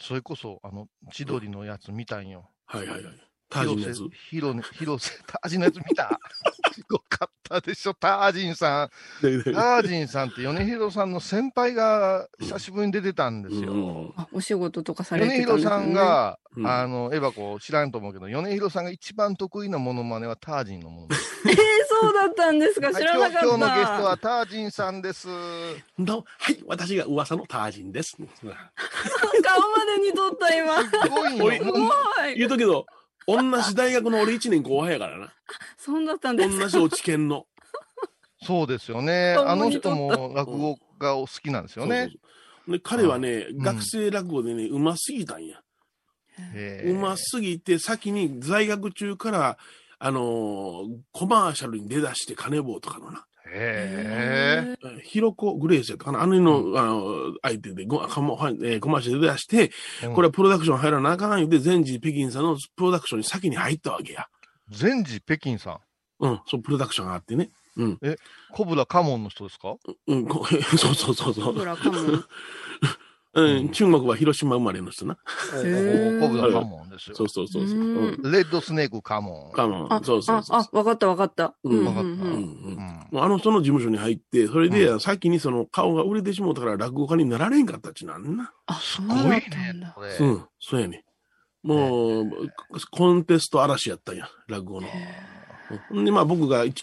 [SPEAKER 3] それこそ、あの、千鳥のやつ見たんよ。
[SPEAKER 4] はいはいはい。タージンのや
[SPEAKER 3] 広
[SPEAKER 4] つ
[SPEAKER 3] 瀬、広瀬、広瀬、 タージンのやつ見た すごかったでしょ、タージンさん。タージンさんって米広さんの先輩が久しぶりに出てたんですよ。
[SPEAKER 4] うん
[SPEAKER 2] あお仕事とかされ
[SPEAKER 3] 米
[SPEAKER 2] てたんで
[SPEAKER 3] 広
[SPEAKER 2] す
[SPEAKER 3] さ
[SPEAKER 2] よ
[SPEAKER 3] ん
[SPEAKER 2] ね。
[SPEAKER 3] が、
[SPEAKER 4] うん
[SPEAKER 3] あの、エヴァ子知らんと思うけど、米広さんが一番得意なモノマネはタージンのものマ
[SPEAKER 2] えー、そうだったんですか
[SPEAKER 3] ネ。
[SPEAKER 2] 知らなかった。
[SPEAKER 3] はい今日今日のゲストはタージンさんです。
[SPEAKER 4] どうもはい、私が噂のタージンです。
[SPEAKER 2] 顔までに撮った今。す
[SPEAKER 3] すごいよ
[SPEAKER 4] おい
[SPEAKER 3] もう
[SPEAKER 2] ご
[SPEAKER 4] 言
[SPEAKER 2] い。
[SPEAKER 4] うとくけど、同じ大学の俺1年後輩やからな。
[SPEAKER 2] そんだったんです
[SPEAKER 4] 同じ落ち研の。
[SPEAKER 3] そうですよね。あ
[SPEAKER 2] 共
[SPEAKER 3] の
[SPEAKER 2] に撮
[SPEAKER 3] 人
[SPEAKER 2] った
[SPEAKER 3] も落語がお好きなんです よ
[SPEAKER 4] そう
[SPEAKER 3] ね
[SPEAKER 4] そ。うそうで彼はね、
[SPEAKER 3] ん
[SPEAKER 4] 学生落語でね、うますぎたんや。
[SPEAKER 3] へえ
[SPEAKER 4] うますぎて、先に在学中から、あのーコマーシャルに出だして、金棒とかのな、
[SPEAKER 3] へえ。
[SPEAKER 4] えーひろこグレーセとかな、あの辺の、あのー相手でごコマ、はいえーコマーシャルで出だして、これはプロダクション入らなあかん言うて、全治北京さんのプロダクションに先に入ったわけや。
[SPEAKER 3] 全治北京さん、
[SPEAKER 4] うん、そう、プロダクションがあってね。
[SPEAKER 3] コブラカモンの人ですか
[SPEAKER 4] うん、こそう そうそうそ
[SPEAKER 2] コブ
[SPEAKER 4] う。
[SPEAKER 2] ラカモン。
[SPEAKER 4] うん、中国は広島生まれの人な。
[SPEAKER 3] コ
[SPEAKER 2] ー
[SPEAKER 3] ブラカモンですよ
[SPEAKER 4] そ。うそうそうそう。
[SPEAKER 2] うん
[SPEAKER 4] うん。
[SPEAKER 3] レッドスネークカモン。
[SPEAKER 4] かも
[SPEAKER 2] あ、
[SPEAKER 4] そうそうそう
[SPEAKER 2] あ、あ、わかったわかった。
[SPEAKER 4] うん
[SPEAKER 2] うん
[SPEAKER 3] わかった
[SPEAKER 4] うんう
[SPEAKER 2] うん
[SPEAKER 4] ん。
[SPEAKER 3] うん
[SPEAKER 4] もうあの人の事務所に入って、それで先にその顔が売れてしもうたから落語家になられんかったっちなんな。
[SPEAKER 2] あ、そ
[SPEAKER 3] す
[SPEAKER 2] う
[SPEAKER 3] ご
[SPEAKER 2] だ
[SPEAKER 3] い
[SPEAKER 2] っ
[SPEAKER 3] ね
[SPEAKER 2] たん、だ。
[SPEAKER 3] これ。
[SPEAKER 4] うん、そうやね。もう、コンテスト嵐やったんや、落語の。うんで、まあ僕が 1,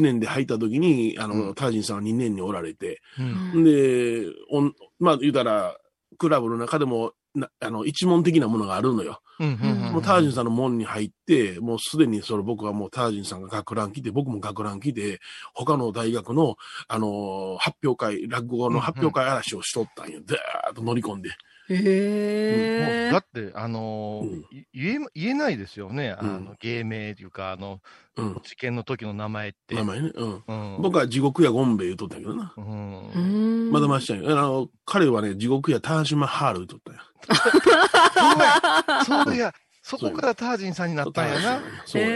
[SPEAKER 4] 年で入った時に、あ
[SPEAKER 3] う
[SPEAKER 4] の、
[SPEAKER 3] ん
[SPEAKER 4] タージンさんは2年におられて、
[SPEAKER 3] うん
[SPEAKER 2] うん
[SPEAKER 4] で、おんまあ言うたら、クラブの中でも、なあの、一門的なものがあるのよ。
[SPEAKER 3] うんうんうん
[SPEAKER 4] もうタージンさんの門に入って、もうすでにその僕はもうタージンさんが学ラン来て、僕も学ラン来て、他の大学の、あのー発表会、落語の発表会嵐をしとったんよ。ずーっと乗り込んで。
[SPEAKER 3] も
[SPEAKER 2] へ
[SPEAKER 3] う
[SPEAKER 2] え
[SPEAKER 3] だ。って、あのー
[SPEAKER 4] うん
[SPEAKER 3] い言え、言えないですよね。あの、
[SPEAKER 4] うん
[SPEAKER 3] 芸名というか、あの、
[SPEAKER 4] うん。
[SPEAKER 3] 事件の時の名前って。
[SPEAKER 4] 名前ね。うん。
[SPEAKER 3] うん。
[SPEAKER 4] 僕は地獄やゴンベ言うとったんやけどな。
[SPEAKER 3] うん
[SPEAKER 2] う。ん
[SPEAKER 4] まだましちゃんよあの、彼はね、地獄やタージマハール言うとったんや。
[SPEAKER 3] そういや、そこからタージンさんになったんやな。
[SPEAKER 4] そうや。
[SPEAKER 2] へ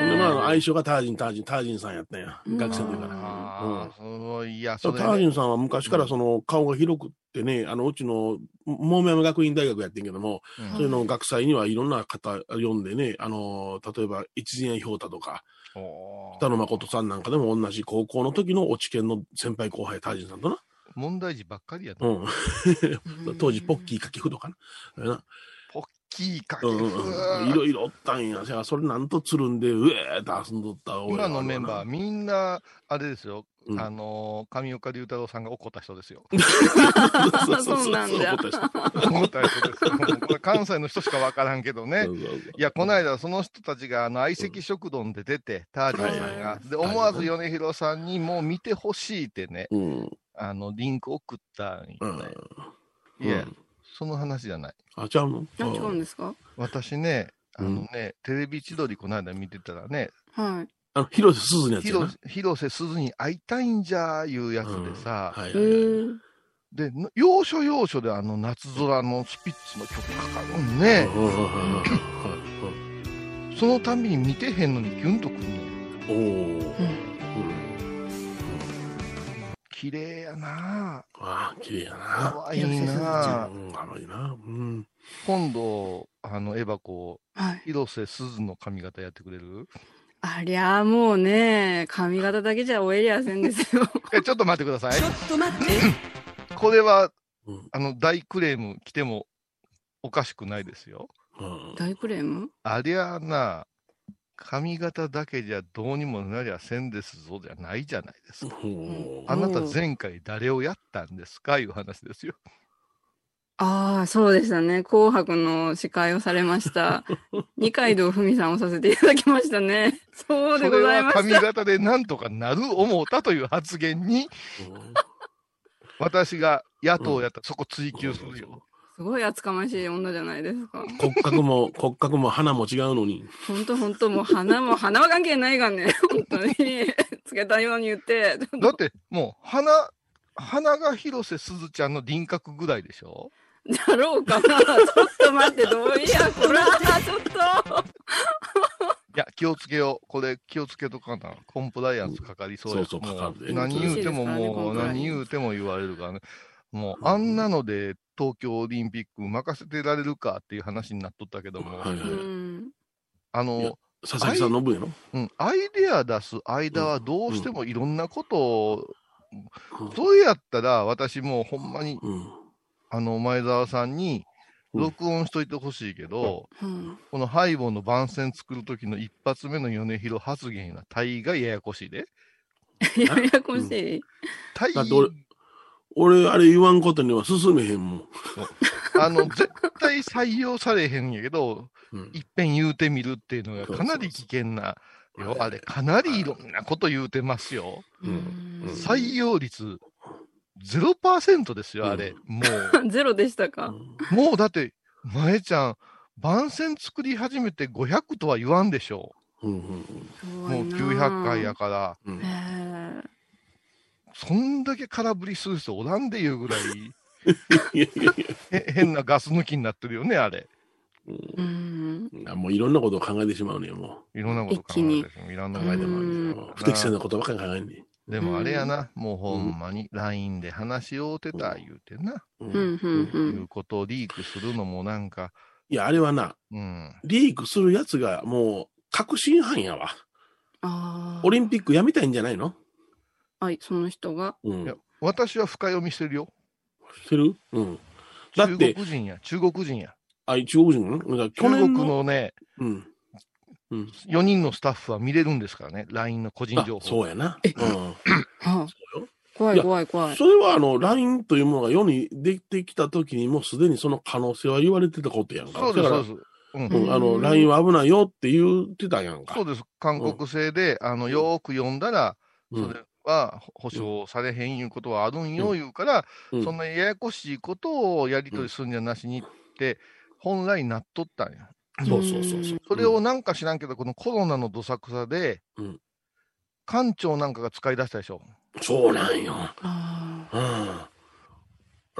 [SPEAKER 2] ー
[SPEAKER 4] うん、ほんで、まああの、相性がタージン、タージン、タージンさんやったんや。
[SPEAKER 2] うん
[SPEAKER 4] 学生の時から。うん
[SPEAKER 3] ああ、すごい。いや、そ
[SPEAKER 4] そ
[SPEAKER 3] うれ
[SPEAKER 4] タージ
[SPEAKER 3] ね。
[SPEAKER 4] ンさんは昔からその顔が広くってね、あの、うちの、も桃山学院大学やってんけども、
[SPEAKER 3] うん
[SPEAKER 4] それの学祭にはいろんな方読んでね、あの、例えば、一円氷太とか、
[SPEAKER 3] おー
[SPEAKER 4] 北野誠さんなんかでも同じ高校の時の落研の先輩後輩、タージンさんとな。
[SPEAKER 3] 問題児ばっかりやな。
[SPEAKER 4] う。
[SPEAKER 2] うんん
[SPEAKER 4] 当時、ポッキーかきふとかな。あれな
[SPEAKER 3] ポッキーかけ
[SPEAKER 4] うん
[SPEAKER 3] ふ
[SPEAKER 4] うんうん。いろいろおったんや。せやそれなんとつるんで、うえーって遊んどった俺
[SPEAKER 3] 今
[SPEAKER 4] ら
[SPEAKER 3] のメンバー、
[SPEAKER 4] ー。
[SPEAKER 3] みんな、あれですよ、
[SPEAKER 4] うん
[SPEAKER 3] あのー、上岡龍太郎さんが怒った人です よ。
[SPEAKER 2] そうなんだ
[SPEAKER 4] 怒った人
[SPEAKER 3] 怒った人ですよ。もうこれ関西の人しかわからんけどね
[SPEAKER 4] そ。うそうそう
[SPEAKER 3] いや、この間、その人たちが、あの、相席食堂で出て、タージンさん
[SPEAKER 4] はいはい
[SPEAKER 3] が
[SPEAKER 4] は。い
[SPEAKER 3] で、思わず米広さんに、もう見てほしいってね、
[SPEAKER 4] うん。
[SPEAKER 3] あの、リンク送ったん
[SPEAKER 4] う
[SPEAKER 3] よ
[SPEAKER 4] ん
[SPEAKER 3] ね。。
[SPEAKER 4] うん
[SPEAKER 3] いや、その話じゃない。
[SPEAKER 4] あ、ちゃうの
[SPEAKER 2] あ違うん
[SPEAKER 4] ん
[SPEAKER 2] ですか
[SPEAKER 3] 私ね、あのね、テレビ千鳥この間見てたらね、
[SPEAKER 2] はい。
[SPEAKER 4] あの、広瀬すずのやつやな
[SPEAKER 3] 広。広瀬すずに会いたいんじゃーいうやつでさ、
[SPEAKER 4] うんはい
[SPEAKER 2] へ
[SPEAKER 4] はいはい
[SPEAKER 2] ー
[SPEAKER 3] で、の要所要所であの夏空のスピッツの曲かかるんね。
[SPEAKER 4] うんうんうんうん
[SPEAKER 3] そのたびに見てへんのにキュンとくん
[SPEAKER 2] うん
[SPEAKER 3] ねん。
[SPEAKER 4] おおー。うん
[SPEAKER 3] 綺麗やな
[SPEAKER 4] ああ、綺麗や
[SPEAKER 3] ぁ。
[SPEAKER 4] な。
[SPEAKER 3] 可愛いなぁ。
[SPEAKER 4] うん、可愛いな。うん。
[SPEAKER 3] 今度、あの、エバコ、
[SPEAKER 2] はい。
[SPEAKER 3] 広瀬すずの髪型やってくれ る
[SPEAKER 2] ありゃあもうね、髪型だけじゃ終えりゃせんですよ。
[SPEAKER 3] え、ちょっと待ってく ださい。
[SPEAKER 2] っと待って。
[SPEAKER 3] これは、
[SPEAKER 4] うん
[SPEAKER 3] あの、大クレーム来てもおかしくないですよ。
[SPEAKER 4] うん
[SPEAKER 2] 大クレーム
[SPEAKER 3] ありゃあなぁ。髪型だけじゃどうにもなりゃせんですぞじゃないじゃないですか。
[SPEAKER 4] ほう
[SPEAKER 3] あなた
[SPEAKER 2] うん
[SPEAKER 3] 前回誰をやったんですかいう話ですよ。
[SPEAKER 2] ああ、そうでしたね。紅白の司会をされました。二階堂ふみさんをさせていただきましたね。そうで
[SPEAKER 3] そ
[SPEAKER 2] ご
[SPEAKER 3] れ
[SPEAKER 2] ざいま
[SPEAKER 3] は
[SPEAKER 2] す。
[SPEAKER 3] 髪型でなんとかなる思うたという発言に、私が野党やったらそこ追求するよ。
[SPEAKER 2] すごい厚かましい女じゃないですか。
[SPEAKER 4] 骨格も、骨格も花も違うのに。
[SPEAKER 2] ほんとほんと、もう鼻も、鼻は関係ないがね。 本当に。つけたように言って。
[SPEAKER 3] だってもう鼻、鼻が広瀬すずちゃんの輪郭ぐらいでしょ
[SPEAKER 2] だろうかな。ちょっと待って、どういや、こら、ちょっと。
[SPEAKER 3] いや、気をつけよう。これ、気をつけとかな。コンプライアンスかかりそうや
[SPEAKER 4] そうそう
[SPEAKER 3] も
[SPEAKER 4] かかるで
[SPEAKER 3] 何言うてもも
[SPEAKER 2] 厳しいですからねコン
[SPEAKER 3] う、
[SPEAKER 2] プライアンス
[SPEAKER 3] 何言うても言われるからね。もう、あんなので東京オリンピック任せてられるかっていう話になっとったけども、
[SPEAKER 4] はいは
[SPEAKER 2] う
[SPEAKER 4] い
[SPEAKER 2] ん。
[SPEAKER 3] あ
[SPEAKER 4] いや
[SPEAKER 3] の、
[SPEAKER 4] 佐々木さんの分やろ
[SPEAKER 3] うん、アイデア出す間はどうしてもいろんなことを、
[SPEAKER 4] うん
[SPEAKER 3] それやったら私もうほんまに、
[SPEAKER 4] うん。
[SPEAKER 3] あの、前澤さんに
[SPEAKER 4] うん
[SPEAKER 3] 録音しといてほしいけど、
[SPEAKER 2] うん。
[SPEAKER 3] このハイボーの番宣作る時の一発目の米広発言は大概ややこしいで。
[SPEAKER 2] ややこしい。
[SPEAKER 3] 大
[SPEAKER 4] だっ
[SPEAKER 3] 概
[SPEAKER 4] て俺俺、あれ言わんことには進めへんもん。
[SPEAKER 3] あの、絶対採用されへんやけど、
[SPEAKER 4] うん
[SPEAKER 3] いっぺん言うてみるっていうのがかなり危険な。
[SPEAKER 4] そうそう
[SPEAKER 3] よあれ、かなりいろんなこと言うてますよ。
[SPEAKER 4] ううん
[SPEAKER 3] 採用率0%ですよ、あれ。も
[SPEAKER 2] ゼロでしたか。
[SPEAKER 3] う、もうだって、前ちゃん、番宣作り始めて500とは言わんでしょ
[SPEAKER 4] うんうん
[SPEAKER 3] う。もう900回やから、
[SPEAKER 4] うんうん
[SPEAKER 2] へえ
[SPEAKER 3] そんだけ空振りする人おらんでいうぐらい、
[SPEAKER 4] いやいやい
[SPEAKER 3] へ変なガス抜きになってるよね、あれ。
[SPEAKER 2] うん。
[SPEAKER 4] やもういろんなことを考えてしまうねも
[SPEAKER 3] いろんなこと考えてる。いろんな
[SPEAKER 4] う。
[SPEAKER 3] こと考えて
[SPEAKER 4] 考えて
[SPEAKER 3] る
[SPEAKER 4] まうね
[SPEAKER 3] うん
[SPEAKER 4] 不適切なことばっかり考えんね
[SPEAKER 3] でもあれやな、もうほんまに LINE で話をてた言うてな、
[SPEAKER 4] うん
[SPEAKER 2] うんうんう
[SPEAKER 3] い
[SPEAKER 2] ん。
[SPEAKER 3] うことをリークするのもなんか、
[SPEAKER 4] いや、あれはな、
[SPEAKER 3] うん、
[SPEAKER 4] リークするやつがもう、確信犯やわ。
[SPEAKER 2] ああ。
[SPEAKER 4] オリンピックやめたいんじゃないの
[SPEAKER 2] はい、その人が。
[SPEAKER 4] うん
[SPEAKER 3] いや。私は深読みしてるよ。
[SPEAKER 4] してるうん。だっ
[SPEAKER 3] 中
[SPEAKER 4] て
[SPEAKER 3] 国、人や、中国人や。
[SPEAKER 4] あ、中国人だから去
[SPEAKER 3] 中国
[SPEAKER 4] 年の。
[SPEAKER 3] のね、
[SPEAKER 4] うん。うん。
[SPEAKER 3] 4人のスタッフは見れるんですからね、LINE の個人
[SPEAKER 4] あ
[SPEAKER 3] 情報。
[SPEAKER 4] そうやな。うん。
[SPEAKER 2] は
[SPEAKER 4] うよ
[SPEAKER 2] あ、怖い怖い怖い。
[SPEAKER 4] それはあの、LINE というものが世にできてきたときにもうすでにその可能性は言われてたことやんか。
[SPEAKER 3] そうです、
[SPEAKER 4] だ
[SPEAKER 3] そ
[SPEAKER 4] から
[SPEAKER 3] うです。うん
[SPEAKER 2] す
[SPEAKER 4] うんあの、LINE は危ないよって言ってたやんか。
[SPEAKER 3] そうです。韓国製で、あの、よーく読んだら、
[SPEAKER 4] う
[SPEAKER 3] そ
[SPEAKER 4] ん
[SPEAKER 3] れは保証されへんいうことはあるんよ、いうから、
[SPEAKER 4] うん
[SPEAKER 3] そんなややこしいことをやり取りするんじゃなしにって、本来なっとったんや。
[SPEAKER 4] そうそうそうそう。
[SPEAKER 3] それをなんか知らんけど、このコロナのどさくさで、
[SPEAKER 4] うん
[SPEAKER 3] 官庁なんかが使い出したでしょ。
[SPEAKER 4] うんそうなんよ。
[SPEAKER 2] あ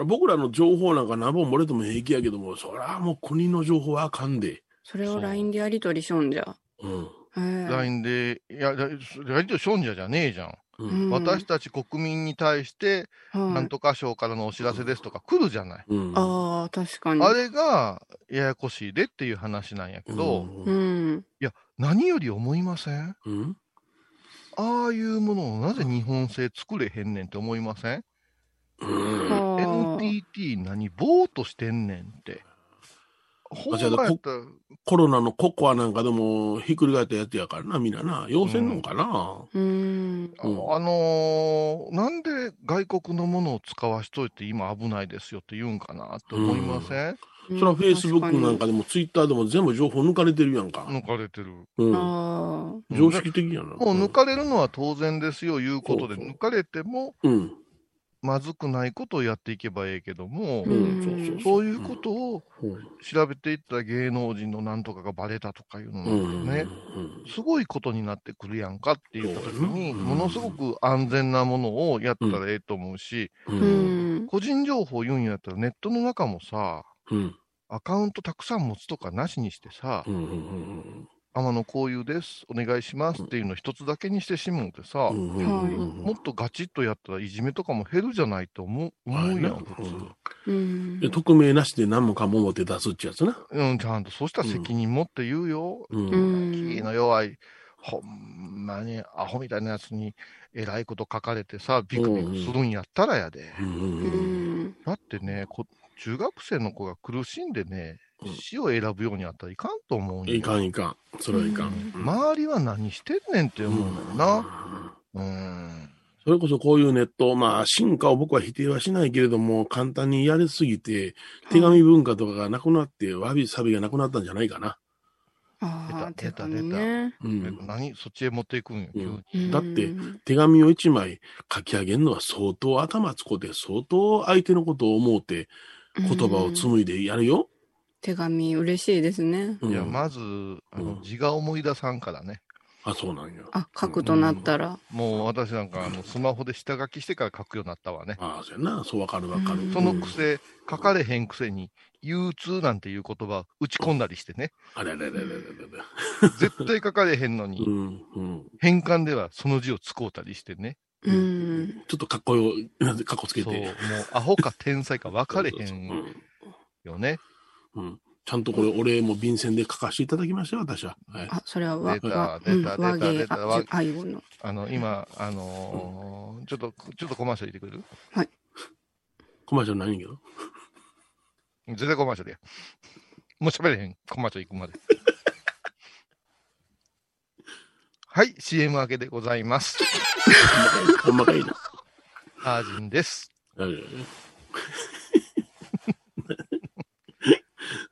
[SPEAKER 4] うん。僕らの情報なんか何本漏れても平気やけども、そりゃもう国の情報はあかんで。
[SPEAKER 2] ーそれを LINE でやり取りしょんじゃ。
[SPEAKER 4] うん。
[SPEAKER 2] へえ
[SPEAKER 3] LINE で、いや、ややりとりしょんじゃじゃねえじゃん。
[SPEAKER 4] う。
[SPEAKER 2] うんん
[SPEAKER 3] 私たち国民に対して、な
[SPEAKER 2] は
[SPEAKER 3] ん
[SPEAKER 2] い、
[SPEAKER 3] とか省からのお知らせですとか来るじゃない。
[SPEAKER 4] うん。
[SPEAKER 2] ああ、確かに。
[SPEAKER 3] あれがややこしいでっていう話なんやけど、
[SPEAKER 2] う。
[SPEAKER 4] うん
[SPEAKER 3] 何より思いません
[SPEAKER 4] ん。
[SPEAKER 3] ああいうものをなぜ日本製作れへんねんって思いません
[SPEAKER 4] うん。
[SPEAKER 2] あー
[SPEAKER 3] ?NTT 何ぼーっとしてんねんって。ほんまやったら
[SPEAKER 4] コロナのココアなんかでもひっくり返ったやつやからな、みんなな。要せんのかな。
[SPEAKER 2] うん。
[SPEAKER 3] あ
[SPEAKER 4] うん
[SPEAKER 3] あのーなんで外国のものを使わしといて今危ないですよって言うんかなって思いません、
[SPEAKER 4] それはフェイスブックなんか
[SPEAKER 2] で。
[SPEAKER 4] でもツイッターでも全部情報抜かれてるやんか。
[SPEAKER 3] 抜かれてる。
[SPEAKER 4] うん。
[SPEAKER 2] ああ。
[SPEAKER 4] 常識的やな。
[SPEAKER 3] もう抜かれるのは当然ですよ、いうことで、
[SPEAKER 4] そうそう
[SPEAKER 3] 抜かれても
[SPEAKER 4] うん。
[SPEAKER 3] まずくないことをやっていけばええけども、
[SPEAKER 4] うん。うん。そう
[SPEAKER 3] そういうことを
[SPEAKER 4] と。
[SPEAKER 3] 調べていった芸能人のなんとかがバレたとかいうの
[SPEAKER 4] う
[SPEAKER 3] な
[SPEAKER 4] ん。
[SPEAKER 3] んかね、
[SPEAKER 4] うん。
[SPEAKER 3] すごいことになってくるやんかっていう時に、
[SPEAKER 4] うん
[SPEAKER 3] ものすごく安全なものをやったらええと思うし、
[SPEAKER 4] う。
[SPEAKER 2] うんん。
[SPEAKER 3] 個人情報言うんやったらネットの中もさ、
[SPEAKER 4] うん。
[SPEAKER 3] アカウントたくさん持つとかなしにしてさ、
[SPEAKER 4] うん。うん。
[SPEAKER 3] 天野幸雄です、お願いしますっていうの一つだけにしてしもうてさ、もっとガチッとやったらいじめとかも減るじゃないと思う思うやん、普通。
[SPEAKER 2] うん。
[SPEAKER 4] で匿名なしで何もかも持って出すっちゅうやつな。
[SPEAKER 3] うん、ちゃんと、そうしたら責任持って言うよ。
[SPEAKER 4] うん
[SPEAKER 2] う
[SPEAKER 3] 気
[SPEAKER 2] ん。
[SPEAKER 3] の弱い、ほんまにアホみたいなやつにえらいこと書かれてさ、ビクビクするんやったらやで。
[SPEAKER 4] うんうん
[SPEAKER 2] う
[SPEAKER 4] うん
[SPEAKER 2] ん。
[SPEAKER 3] だってねこ、中学生の子が苦しんでね
[SPEAKER 4] うん、
[SPEAKER 3] 死を選ぶようにあったらいかんと思うんよ
[SPEAKER 4] いかんいかん。それはいかん。
[SPEAKER 3] 周りは何してんねんって思うのよな。うん。
[SPEAKER 4] それこそこういうネット、まあ進化を僕は否定はしないけれども、簡単にやりすぎて、手紙文化とかがなくなって、わびさびがなくなったんじゃないかな。
[SPEAKER 2] ああ、
[SPEAKER 3] 出
[SPEAKER 2] 手
[SPEAKER 3] た出た
[SPEAKER 2] 紙ね。
[SPEAKER 4] うん。
[SPEAKER 3] 何そっちへ持っていくんよ、急に。
[SPEAKER 2] うん
[SPEAKER 4] だって、手紙を一枚書き上げるのは相当頭使うて、相当相手のことを思うて、言葉を
[SPEAKER 2] うん
[SPEAKER 4] 紡いでやるよ。
[SPEAKER 2] 手紙嬉しいですね。
[SPEAKER 4] うん
[SPEAKER 3] いや、まず、あ
[SPEAKER 4] う
[SPEAKER 3] の
[SPEAKER 4] ん
[SPEAKER 3] 字が思い出さんからね。
[SPEAKER 4] あ、そうなんや。
[SPEAKER 2] あ、書くとなったら。
[SPEAKER 3] もう私なんかあのスマホで下書きしてから書くようになったわね。
[SPEAKER 4] ああ、そうやな。そう、わかるわか
[SPEAKER 2] う
[SPEAKER 4] る。
[SPEAKER 2] ん
[SPEAKER 3] そのくせ、書かれへんくせに、憂鬱なんていう言葉打ち込んだりしてね、
[SPEAKER 4] あれれれれれれれ。
[SPEAKER 3] 絶対書かれへんの
[SPEAKER 4] う
[SPEAKER 3] に、
[SPEAKER 4] ん、うん。
[SPEAKER 3] 変換ではその字を使うたりしてね、
[SPEAKER 2] う
[SPEAKER 4] うん
[SPEAKER 2] ん。
[SPEAKER 4] ちょっとかっこよ、なんてかっこつけ
[SPEAKER 3] そう、も
[SPEAKER 4] て
[SPEAKER 3] う。アホか天才か分かれへ
[SPEAKER 4] そうそうそうん
[SPEAKER 3] よね。
[SPEAKER 4] うん。ちゃんとこれ、お礼も便箋で書かせていただきましたよ、私は。はい。
[SPEAKER 2] あ、それは和
[SPEAKER 3] 出た
[SPEAKER 2] 和
[SPEAKER 3] 出
[SPEAKER 2] うん
[SPEAKER 3] た
[SPEAKER 2] 和芸
[SPEAKER 3] 出た出た
[SPEAKER 2] あじ愛語の。
[SPEAKER 3] あの、今、あのーちょっと、ちょっとコマーシャル入れてくれる
[SPEAKER 4] コマーシャル何 やけど
[SPEAKER 3] 絶対コマーシャルや。もう喋れへん、コマーシャル行くまで。はい、CM 明けでございます。
[SPEAKER 4] ほんまかいな。
[SPEAKER 3] アージンです。
[SPEAKER 4] はいはいはい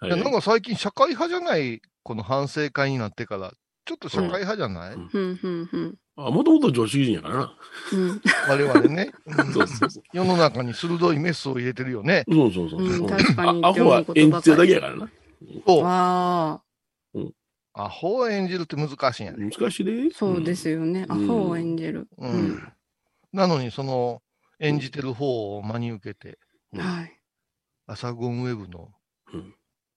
[SPEAKER 3] いや なんか最近社会派じゃない、この反省会になってから、ちょっと社会派じゃない、
[SPEAKER 4] うん
[SPEAKER 2] うん、うん、うん。
[SPEAKER 4] あ、もともと女子人やからな。
[SPEAKER 2] うん
[SPEAKER 3] 我々ね、
[SPEAKER 4] そうそうそう。
[SPEAKER 3] 世の中に鋭いメスを入れてるよね。
[SPEAKER 4] そうそうそう。
[SPEAKER 2] うん
[SPEAKER 4] うん
[SPEAKER 2] 確かに
[SPEAKER 4] あアホは演じてるだけやからな。
[SPEAKER 3] そう
[SPEAKER 2] わあ、
[SPEAKER 3] アホを演じるって難しいんやね。
[SPEAKER 4] 難しいで。
[SPEAKER 2] そうですよね。ア
[SPEAKER 4] うん
[SPEAKER 2] ホを演じる。
[SPEAKER 3] うん。
[SPEAKER 2] うん
[SPEAKER 3] なのに、その、演じてる方を真に受けて、
[SPEAKER 4] うん
[SPEAKER 2] はい。
[SPEAKER 3] アサゴンウェブの
[SPEAKER 4] うん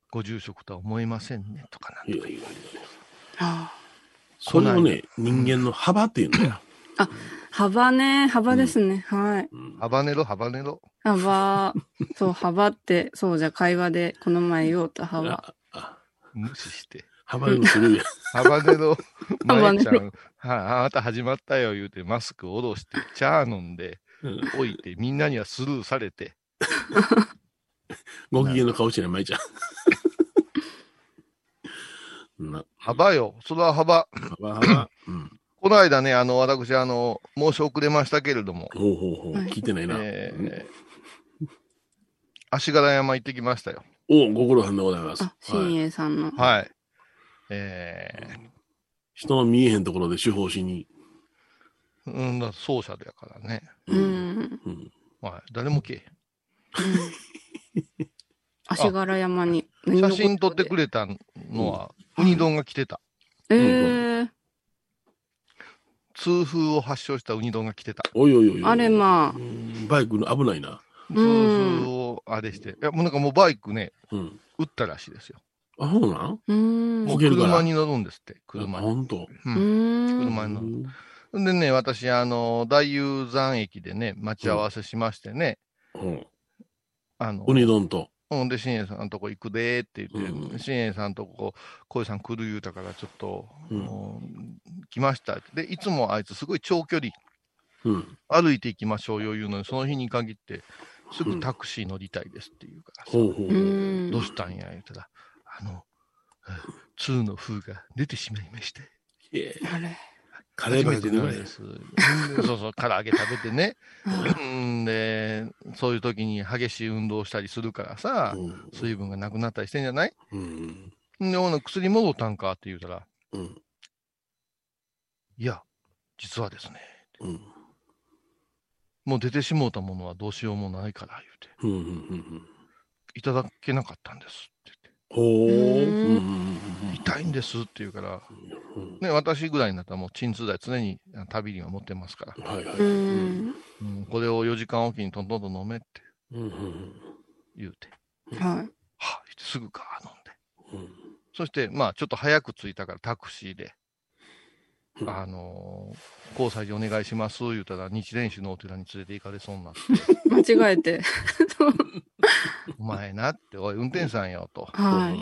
[SPEAKER 3] ご住職とは思いませんね、とかなん
[SPEAKER 4] うん。
[SPEAKER 3] て
[SPEAKER 4] いやいやいや。
[SPEAKER 2] あ
[SPEAKER 4] それをね、人間の幅っていうのや。
[SPEAKER 2] あ幅ね、幅ですね。はい。
[SPEAKER 4] うん
[SPEAKER 3] ハバネロ、ハバネロ。
[SPEAKER 2] 幅、そう、幅って、そうじゃ、会話でこの前言おうと幅。
[SPEAKER 4] ああ
[SPEAKER 3] 無視して。
[SPEAKER 4] 幅よりするやん。
[SPEAKER 3] ハバネ ロ、
[SPEAKER 2] ハバ
[SPEAKER 3] マ
[SPEAKER 2] ネ
[SPEAKER 3] エ
[SPEAKER 2] ロ
[SPEAKER 3] ちゃん、はい、あなた始まったよ、言うて、マスクを下ろして、チャー飲んで、
[SPEAKER 4] うん
[SPEAKER 3] 置いて、みんなにはスルーされて、
[SPEAKER 4] ご機嫌の顔してない、舞ちゃん。 な、
[SPEAKER 3] 幅よ、それは幅。
[SPEAKER 4] 幅幅。うん。
[SPEAKER 3] この間ね、あの、私、あの、申し遅れましたけれども、
[SPEAKER 4] ほうほうほう
[SPEAKER 2] はい。
[SPEAKER 4] 聞いてないな。
[SPEAKER 3] えー、足柄山行ってきましたよ。
[SPEAKER 4] おうご苦労さんでございます。
[SPEAKER 2] あ、
[SPEAKER 4] はい
[SPEAKER 2] 新栄さんの。
[SPEAKER 3] はい。え
[SPEAKER 4] 人の見えへんところで手法しに。
[SPEAKER 3] ー、うんだ、奏者だからね。
[SPEAKER 2] うん。うん
[SPEAKER 4] うん。
[SPEAKER 3] はい、誰も来え
[SPEAKER 2] 足柄山に。
[SPEAKER 3] へん。写真撮ってく
[SPEAKER 2] れ。
[SPEAKER 3] れたのは、ウニ丼が来てた。
[SPEAKER 2] ええ
[SPEAKER 3] 痛風を発症したウニ丼が来てた。
[SPEAKER 4] おいおいおいおい。
[SPEAKER 2] あれまあ
[SPEAKER 4] うんバイクの危ないな。
[SPEAKER 3] 痛
[SPEAKER 2] ん
[SPEAKER 3] 風をあれして。いや、もうなんかもうバイクね、
[SPEAKER 4] うん。
[SPEAKER 3] 撃ったらしいですよ。
[SPEAKER 4] あ、そうなん
[SPEAKER 2] う
[SPEAKER 3] も
[SPEAKER 2] ん
[SPEAKER 3] う
[SPEAKER 4] こ。けるから
[SPEAKER 3] 車に乗るんですって、車
[SPEAKER 4] あ
[SPEAKER 3] に。
[SPEAKER 4] ほんと。
[SPEAKER 2] うん。
[SPEAKER 3] 車に乗る。
[SPEAKER 4] うん
[SPEAKER 3] でね、私、あの、大雄山駅でね、待ち合わせしましてね、
[SPEAKER 4] うん。
[SPEAKER 3] あの、
[SPEAKER 4] ウニ丼と。
[SPEAKER 3] ほんで、新栄さんのとこ行くでーって言
[SPEAKER 4] う
[SPEAKER 3] って、
[SPEAKER 4] ん
[SPEAKER 3] 新栄さんのとこ、小井さん来る言うたから、ちょっと、
[SPEAKER 4] うん
[SPEAKER 3] もう来ましたって。で、いつもあいつすごい長距離、
[SPEAKER 4] うん。
[SPEAKER 3] 歩いて行きましょうよ言うのに、その日に限って、すぐタクシー乗りたいですって言うからさ、
[SPEAKER 4] ほうほう
[SPEAKER 2] う
[SPEAKER 4] ほう。
[SPEAKER 2] ん
[SPEAKER 3] どうしたんや言うたら、あの、えー通の風が出てしまいまして。
[SPEAKER 4] いや
[SPEAKER 2] あれ。
[SPEAKER 4] カレーパン
[SPEAKER 3] 初
[SPEAKER 4] で
[SPEAKER 3] めて
[SPEAKER 4] ね
[SPEAKER 3] なんです。うんそうそう、唐揚げ食べてね。
[SPEAKER 2] あ
[SPEAKER 3] うんで、そういう時に激しい運動したりするからさ、
[SPEAKER 4] うん
[SPEAKER 3] 水分がなくなったりしてんじゃない
[SPEAKER 4] うん。
[SPEAKER 3] んで、ほな薬戻ったんかって言うたら、
[SPEAKER 4] うん。
[SPEAKER 3] いや、実はですね、
[SPEAKER 4] うん。
[SPEAKER 3] もう出てしもうたものはどうしようもないから言う
[SPEAKER 4] うん。うん。うん。
[SPEAKER 3] て、いただけなかったんですって
[SPEAKER 4] ほう。
[SPEAKER 2] うん
[SPEAKER 4] うんうん
[SPEAKER 3] 言って、痛いんですって言うから、
[SPEAKER 4] うん
[SPEAKER 3] ね、私ぐらいになったらもう鎮痛剤常にあ旅には持ってますから、
[SPEAKER 4] はいはい。
[SPEAKER 2] う
[SPEAKER 4] うん
[SPEAKER 2] ん。
[SPEAKER 3] うんこれを4時間おきにトントンと飲めって
[SPEAKER 4] うんうん
[SPEAKER 3] 言うて、
[SPEAKER 2] はい。
[SPEAKER 3] はあ、言ってすぐか飲んで。
[SPEAKER 4] うん
[SPEAKER 3] そして、まあ、ちょっと早く着いたからタクシーで、
[SPEAKER 4] うん
[SPEAKER 3] あのー、交際でお願いします、言うたら、日蓮宗のお寺に連れて行かれそうに なって、
[SPEAKER 2] 間違えて。
[SPEAKER 3] お前なって、おい、運転手さんよ、と。
[SPEAKER 2] は